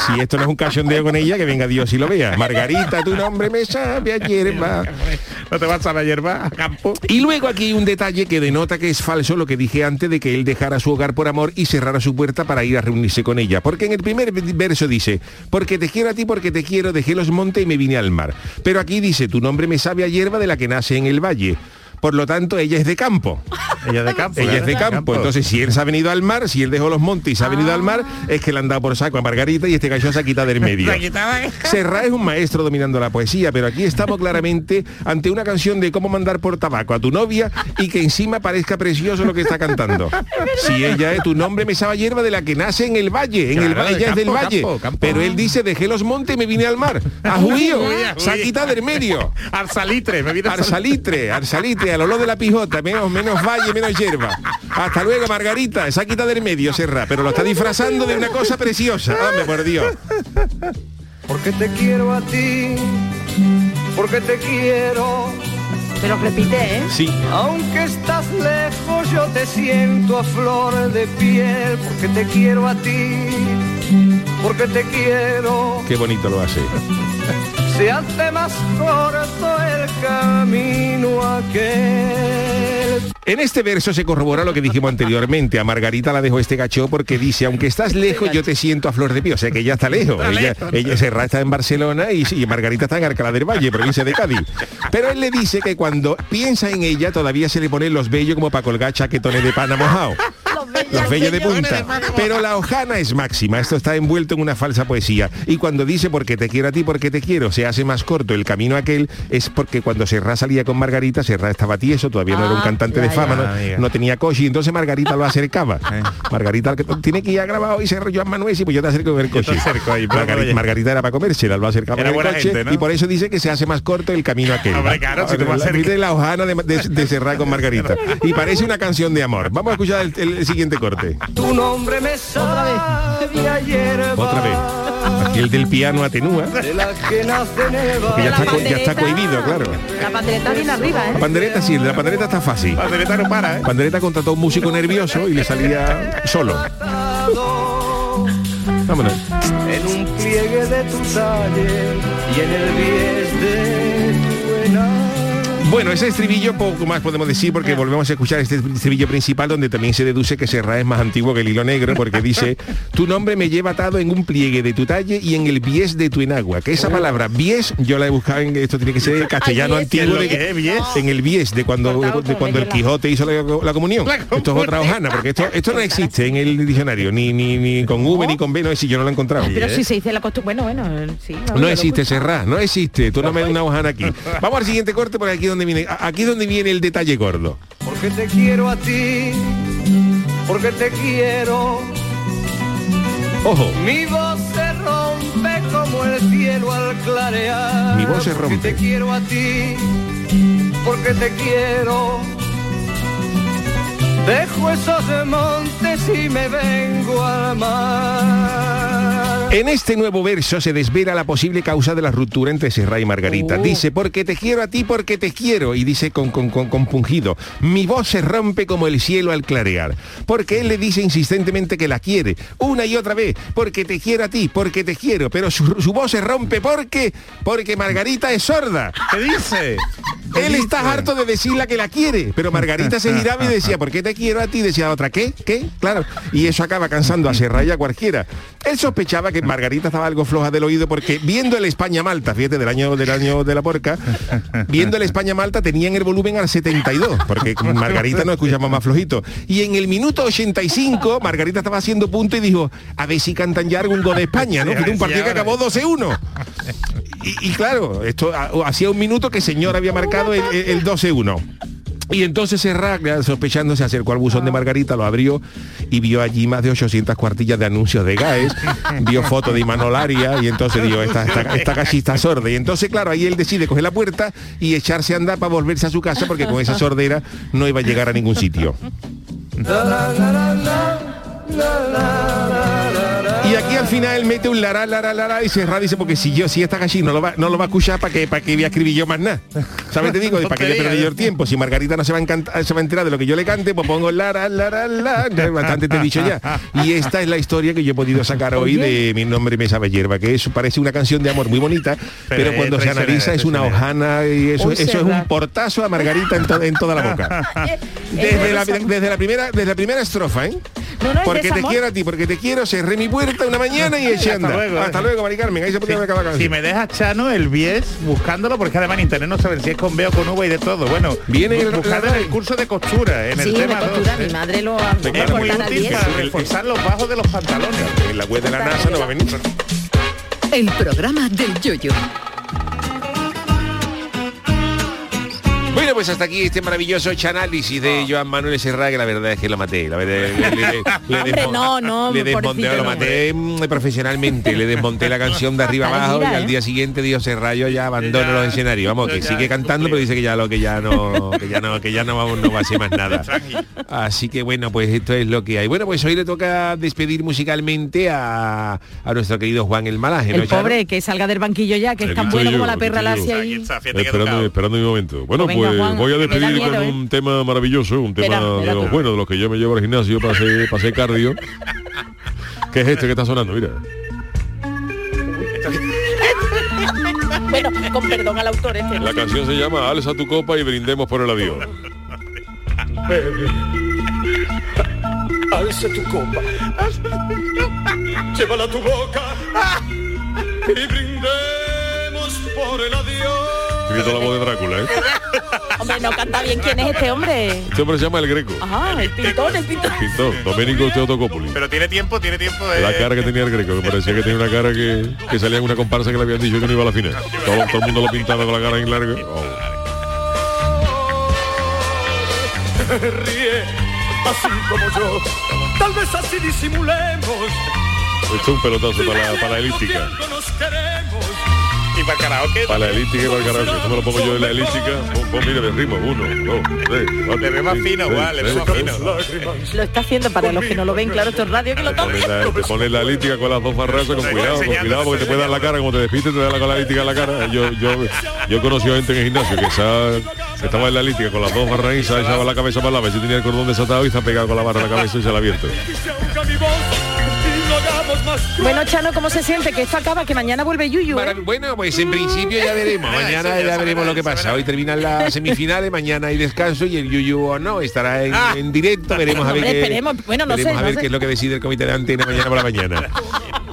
Speaker 2: Si esto no es un cachondeo con ella, que venga Dios y lo vea. Margarita, tu nombre me sabe a hierba. No te vas a la hierba, a campo. Y luego aquí hay un detalle que denota que es falso lo que dije antes de que él dejara su hogar por amor y cerrara su puerta para ir a reunirse con ella. Porque en el primer verso dice, porque te quiero a ti, porque te quiero, dejé los montes y me vine al mar. Pero aquí dice, tu nombre me sabe a hierba de la que nace en el valle. Por lo tanto, ella es de campo. Ella es de campo. Ella es de campo. Entonces, si él se ha venido al mar, si él dejó los montes y se ha venido al mar, es que le han dado por saco a Margarita y este gallo se ha quitado del medio. Serra es un maestro dominando la poesía, pero aquí estamos claramente ante una canción de cómo mandar por tabaco a tu novia y que encima parezca precioso lo que está cantando. Si ella es tu nombre, me sabe a hierba de la que nace en el valle, en el
Speaker 13: Claro,
Speaker 2: valle,
Speaker 13: de
Speaker 2: ella es del
Speaker 13: campo,
Speaker 2: valle.
Speaker 13: campo, campo.
Speaker 2: Pero él dice, dejé los montes y me vine al mar. A judío, se ha quitado del medio.
Speaker 13: Arsalitre, me viene
Speaker 2: Arsalitre, arsalitre, al olor de la pijota, menos, menos valle, menos hierba. Hasta luego, Margarita, esa quita del medio, Serra, pero lo está disfrazando de una cosa preciosa. Hombre, por Dios.
Speaker 7: Porque te quiero a ti Porque te quiero
Speaker 3: Pero repite, ¿eh?
Speaker 2: Sí.
Speaker 7: Aunque estás lejos, yo te siento a flor de piel, porque te quiero a ti, porque te quiero.
Speaker 2: Qué bonito lo hace.
Speaker 7: Se hace más corto el camino aquel.
Speaker 2: En este verso se corrobora lo que dijimos anteriormente. A Margarita la dejó este gacho porque dice, aunque estás lejos, yo te siento a flor de pie. O sea que ella Este está lejos. Ella, ella Serra está en Barcelona y, y Margarita está en Alcalá del Valle, provincia de Cádiz. Pero él le dice que cuando piensa en ella todavía se le ponen los bellos como para colgar chaquetones de pana mojado. Los bellos de punta. Pero la hojana es máxima. Esto está envuelto en una falsa poesía. Y cuando dice porque te quiero a ti, porque te quiero, se hace más corto el camino aquel, es porque cuando Serra salía con Margarita, Serra estaba tieso, todavía no era un
Speaker 13: Ah,
Speaker 2: cantante de fama, no- no, tenía coche, y entonces Margarita lo acercaba.
Speaker 13: Eh.
Speaker 2: Margarita que tiene que ir a grabar hoy, Serra, yo a Manuel, y pues yo te acerco con el coche. Margari-
Speaker 13: oye.
Speaker 2: Margarita era para comérsela, lo acercaba
Speaker 13: Era
Speaker 2: en el
Speaker 13: buena
Speaker 2: coche,
Speaker 13: gente, ¿no?
Speaker 2: y por eso dice que se hace más corto el camino aquel.
Speaker 13: Hombre, claro, si tú vas a
Speaker 2: La-
Speaker 13: hacer-
Speaker 2: de la hojana de, de, de Serra con Margarita. Y parece una canción de amor. Vamos a escuchar el- el siguiente corte.
Speaker 7: Tu nombre me sabe a hierba,
Speaker 2: Otra vez. Aquí el del piano atenúa.
Speaker 7: de la que nace en el
Speaker 2: Que ya, está, co-
Speaker 7: valle.
Speaker 2: ya está cohibido, claro.
Speaker 3: La pandereta viene arriba,
Speaker 2: La
Speaker 3: ¿eh?
Speaker 2: pandereta sí, la pandereta está fácil. Pandereta no para, ¿eh? Pandereta contrató a un músico nervioso y le salía solo. Vámonos.
Speaker 7: En un pliegue de tu talle y en el bies de tu enamorado.
Speaker 2: Bueno, ese estribillo poco más podemos decir porque volvemos a escuchar este estribillo principal donde también se deduce que Serra es más antiguo que el hilo negro porque dice, tu nombre me lleva atado en un pliegue de tu talle y en el bies de tu enagua. Que esa palabra bies yo la he buscado en, esto tiene que ser castellano
Speaker 4: Oh. Ay, bies,
Speaker 2: antiguo,
Speaker 4: ¿lo
Speaker 2: de-
Speaker 4: que es, bies?
Speaker 2: en el bies de cuando, de- de cuando el Quijote hizo la, la comunión. Esto es otra hojana porque esto, esto no existe en el diccionario, ni, ni, ni con V ni con B, no es si yo no lo he encontrado.
Speaker 3: Pero si se dice la costumbre, bueno, bueno, sí. vamos,
Speaker 2: ¿eh?
Speaker 3: yo
Speaker 2: No
Speaker 3: lo
Speaker 2: existe Serra, no existe. Tú no me das una hojana aquí. Vamos al siguiente corte por aquí donde viene, a- aquí es donde viene el detalle gordo.
Speaker 7: Porque te quiero a ti, porque te quiero.
Speaker 2: Ojo.
Speaker 7: Mi voz se rompe como el cielo al clarear.
Speaker 2: Mi voz se
Speaker 7: Porque
Speaker 2: rompe.
Speaker 7: te quiero a ti, porque te quiero. Dejo esos montes y me vengo al mar.
Speaker 2: En este nuevo verso se desvela la posible causa de la ruptura entre Serra y Margarita. Dice, porque te quiero a ti, porque te quiero. Y dice con, con, con- compungido, mi voz se rompe como el cielo al clarear. Porque él le dice insistentemente que la quiere, una y otra vez, porque te quiero a ti, porque te quiero. Pero su, su voz se rompe porque, porque Margarita es sorda. ¿Qué dice? Él está harto de decirla que la quiere, pero Margarita se giraba y decía, ¿por qué te quiero a ti? Decía la otra, ¿qué? ¿Qué? Claro. Y eso acaba cansando a Serra y a cualquiera. Él sospechaba que Margarita estaba algo floja del oído porque viendo el España-Malta, fíjate, del año del año de la porca, viendo el España-Malta tenían el volumen al 72, porque Margarita no escuchaba más flojito. Y en el minuto 85, Margarita estaba haciendo punto y dijo, a ver si cantan ya algún gol de España, ¿no? Que de un partido que acabó 12-1. Y, y claro, esto ha- hacía un minuto que señor había marcado el, el- el 12-1. Y entonces Serra, sospechando, se acercó al buzón de Margarita, lo abrió y vio allí más de 800 cuartillas de anuncios de GAES, vio fotos de Imanolaria y entonces dijo, esta, esta, esta casi está sorda. Y entonces, claro, ahí él decide coger la puerta y echarse a andar para volverse a su casa porque con esa sordera no iba a llegar a ningún sitio. Y aquí al final él mete un lara, lara, lara y Serra dice, porque si yo, si esta cachis no lo va, no lo va a escuchar, ¿para qué, para qué voy a escribir yo más nada? ¿Sabes? Te digo, para que yo pierda yo el tiempo. Si Margarita no se va, a encanta- se va a enterar de lo que yo le cante, pues pongo lara, lara, lara. Bastante te he dicho ya. Y esta es la historia que yo he podido sacar hoy de Mi nombre me sabe hierba, que eso parece una canción de amor muy bonita, pero,
Speaker 4: es
Speaker 2: cuando se
Speaker 4: traicionera,
Speaker 2: analiza es una
Speaker 4: traicionera.
Speaker 2: hojana y eso,
Speaker 4: Uy,
Speaker 2: eso es
Speaker 4: Serra.
Speaker 2: un portazo a Margarita en, to- en toda la boca. Desde la, desde la primera, desde la primera estrofa, ¿eh?
Speaker 4: no, es
Speaker 2: porque te
Speaker 4: desamor.
Speaker 2: quiero a ti, porque te quiero, cerré mi puerta una mañana y eché a andar.
Speaker 4: Hasta luego, eh.
Speaker 2: Hasta luego, Mari Carmen. Ahí se puede acabar la
Speaker 4: Si, si
Speaker 2: canción.
Speaker 4: me dejas Chano el 10 buscándolo, porque además en internet no saben si es con B o con V y de todo. Bueno,
Speaker 2: Viene
Speaker 4: bu-
Speaker 2: el-
Speaker 4: buscando
Speaker 2: la-
Speaker 4: en el curso de costura, en el
Speaker 3: Sí, de
Speaker 4: tema dos,
Speaker 3: costura, mi
Speaker 4: ¿eh?
Speaker 3: madre lo ha
Speaker 4: Es
Speaker 3: lo
Speaker 4: muy
Speaker 3: cortan al
Speaker 4: útil
Speaker 3: 10.
Speaker 4: para reforzar los bajos de los pantalones.
Speaker 2: En la web de la NASA no va a venir.
Speaker 6: El programa del yoyo.
Speaker 2: Bueno, pues hasta aquí este maravilloso análisis
Speaker 3: Ah.
Speaker 2: de Joan Manuel Serra, que la verdad es que lo maté. La verdad, le, le- le- le
Speaker 3: Hombre,
Speaker 2: desmon-
Speaker 3: no, no,
Speaker 2: le desmonté,
Speaker 3: pobrecito,
Speaker 2: lo
Speaker 3: no.
Speaker 2: maté mm, profesionalmente, le desmonté la canción de arriba
Speaker 3: Está de
Speaker 2: abajo
Speaker 3: gira,
Speaker 2: y al
Speaker 3: ¿eh?
Speaker 2: día siguiente dijo Serra, yo ya abandono los escenarios. Vamos, que sigue cantando, pero dice que ya lo que ya no, que ya no, que ya no, vamos, no va a hacer más nada. Así que bueno, pues esto es lo que hay. Bueno, pues hoy le toca despedir musicalmente a, a nuestro querido Juan el Malaje. ¿no,
Speaker 3: El
Speaker 2: Charo?
Speaker 3: pobre que salga del banquillo ya, que es tan
Speaker 5: dicho
Speaker 3: bueno
Speaker 5: yo,
Speaker 3: como la
Speaker 5: lo
Speaker 3: perra
Speaker 5: he
Speaker 3: la
Speaker 5: dicho yo.
Speaker 3: hace ahí.
Speaker 5: Esperando, esperando mi momento. Bueno,
Speaker 3: Pues
Speaker 5: pues
Speaker 3: venga, Juan,
Speaker 5: voy a
Speaker 3: que me da
Speaker 5: despedir con
Speaker 3: miedo, ¿eh?
Speaker 5: un tema maravilloso, un tema
Speaker 3: Espera, me
Speaker 5: de
Speaker 3: da
Speaker 5: los
Speaker 3: miedo.
Speaker 5: buenos, de los que yo me llevo al gimnasio para hacer, para hacer cardio. ¿Qué es este que está sonando? Mira.
Speaker 3: bueno, con perdón al autor este.
Speaker 5: La canción se llama Alza tu copa y brindemos por el avión.
Speaker 14: Bebe. Alza tu copa. Llévala a tu boca. Y brindemos por el adiós.
Speaker 5: Grito la voz de Drácula, ¿eh?
Speaker 3: Hombre, no canta bien. ¿Quién es este hombre?
Speaker 5: Este hombre se llama El Greco.
Speaker 3: Ajá, el pintón, el pintón.
Speaker 5: Pintor, Domenico Teotocopoulos.
Speaker 4: Pero tiene tiempo, tiene tiempo de...
Speaker 5: La cara que tenía el Greco, que parecía que tenía una cara que, que salía en una comparsa que le habían dicho que no iba a la final. Todo, todo el mundo lo pintaba con la cara en largo. Oh.
Speaker 14: Ríe, así como yo. Tal vez así disimulemos.
Speaker 5: Esto es un pelotazo para la, para la elíptica.
Speaker 14: No nos queremos.
Speaker 4: Y para el karaoke.
Speaker 5: Para la elíptica y para el karaoke. Esto me lo pongo yo en la elíptica. Pon, pon, mira, de ritmo. Uno, dos, tres. cuatro,
Speaker 4: Le ve más
Speaker 5: cinco,
Speaker 4: fino,
Speaker 5: seis,
Speaker 4: Juan, le ve
Speaker 5: seis,
Speaker 4: más
Speaker 5: seis.
Speaker 3: Lo está haciendo para los que no lo ven, claro, esto es radio que lo
Speaker 5: Te
Speaker 3: toca.
Speaker 5: pones la- Te pones la elíptica con las dos barrazas con cuidado, con cuidado porque te puede dar la cara, como te despistes te da la- con la elíptica en la cara. Yo, yo, yo he conocido gente en el gimnasio que se ha- estaba en la elíptica con las dos barras y se ha echado la cabeza para la vez y tenía el cordón desatado y se ha pegado con la barra a la cabeza y se la ha abierto.
Speaker 14: Quise ahogar mi voz. Y no hagamos más
Speaker 3: Bueno, Chano, ¿cómo se siente? Que esto acaba, que mañana vuelve Yuyu. ¿eh?
Speaker 2: Bueno, pues en principio ya veremos. Mañana ya veremos lo que pasa. Hoy terminan las semifinales, mañana hay descanso y el Yuyu o no estará en, en directo. Veremos a ver,
Speaker 3: Hombre,
Speaker 2: qué,
Speaker 3: esperemos. Bueno, no
Speaker 2: veremos
Speaker 3: sé,
Speaker 2: a
Speaker 3: no
Speaker 2: ver
Speaker 3: sé.
Speaker 2: qué es lo que decide el comité de antena mañana por la mañana.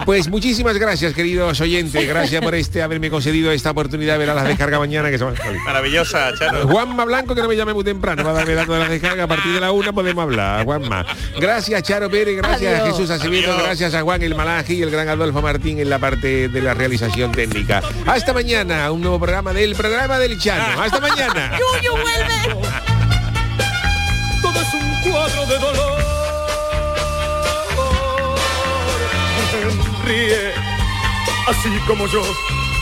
Speaker 2: Pues muchísimas gracias, queridos oyentes. Gracias por este haberme concedido esta oportunidad de ver a las descargas mañana que se van a salir.
Speaker 4: Maravillosa, Charo.
Speaker 2: Juanma Blanco, que no me llame muy temprano, va a darme datos de las descargas. A partir de la una podemos hablar, Juanma. Gracias, Charo Pérez, gracias a
Speaker 15: Adiós.
Speaker 2: Jesús Acevedo,
Speaker 15: Adiós.
Speaker 2: gracias a Juan el Malaji y el gran Adolfo Martín en la parte de la realización técnica. Hasta mañana, un nuevo programa del programa del Chano. Hasta mañana.
Speaker 14: ¡Yuyu, vuelve! Todo es un cuadro de dolor. Ríe, así como yo.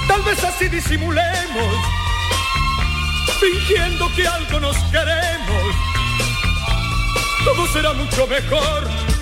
Speaker 14: Tal vez así disimulemos, fingiendo que algo nos queremos. Todo será mucho mejor.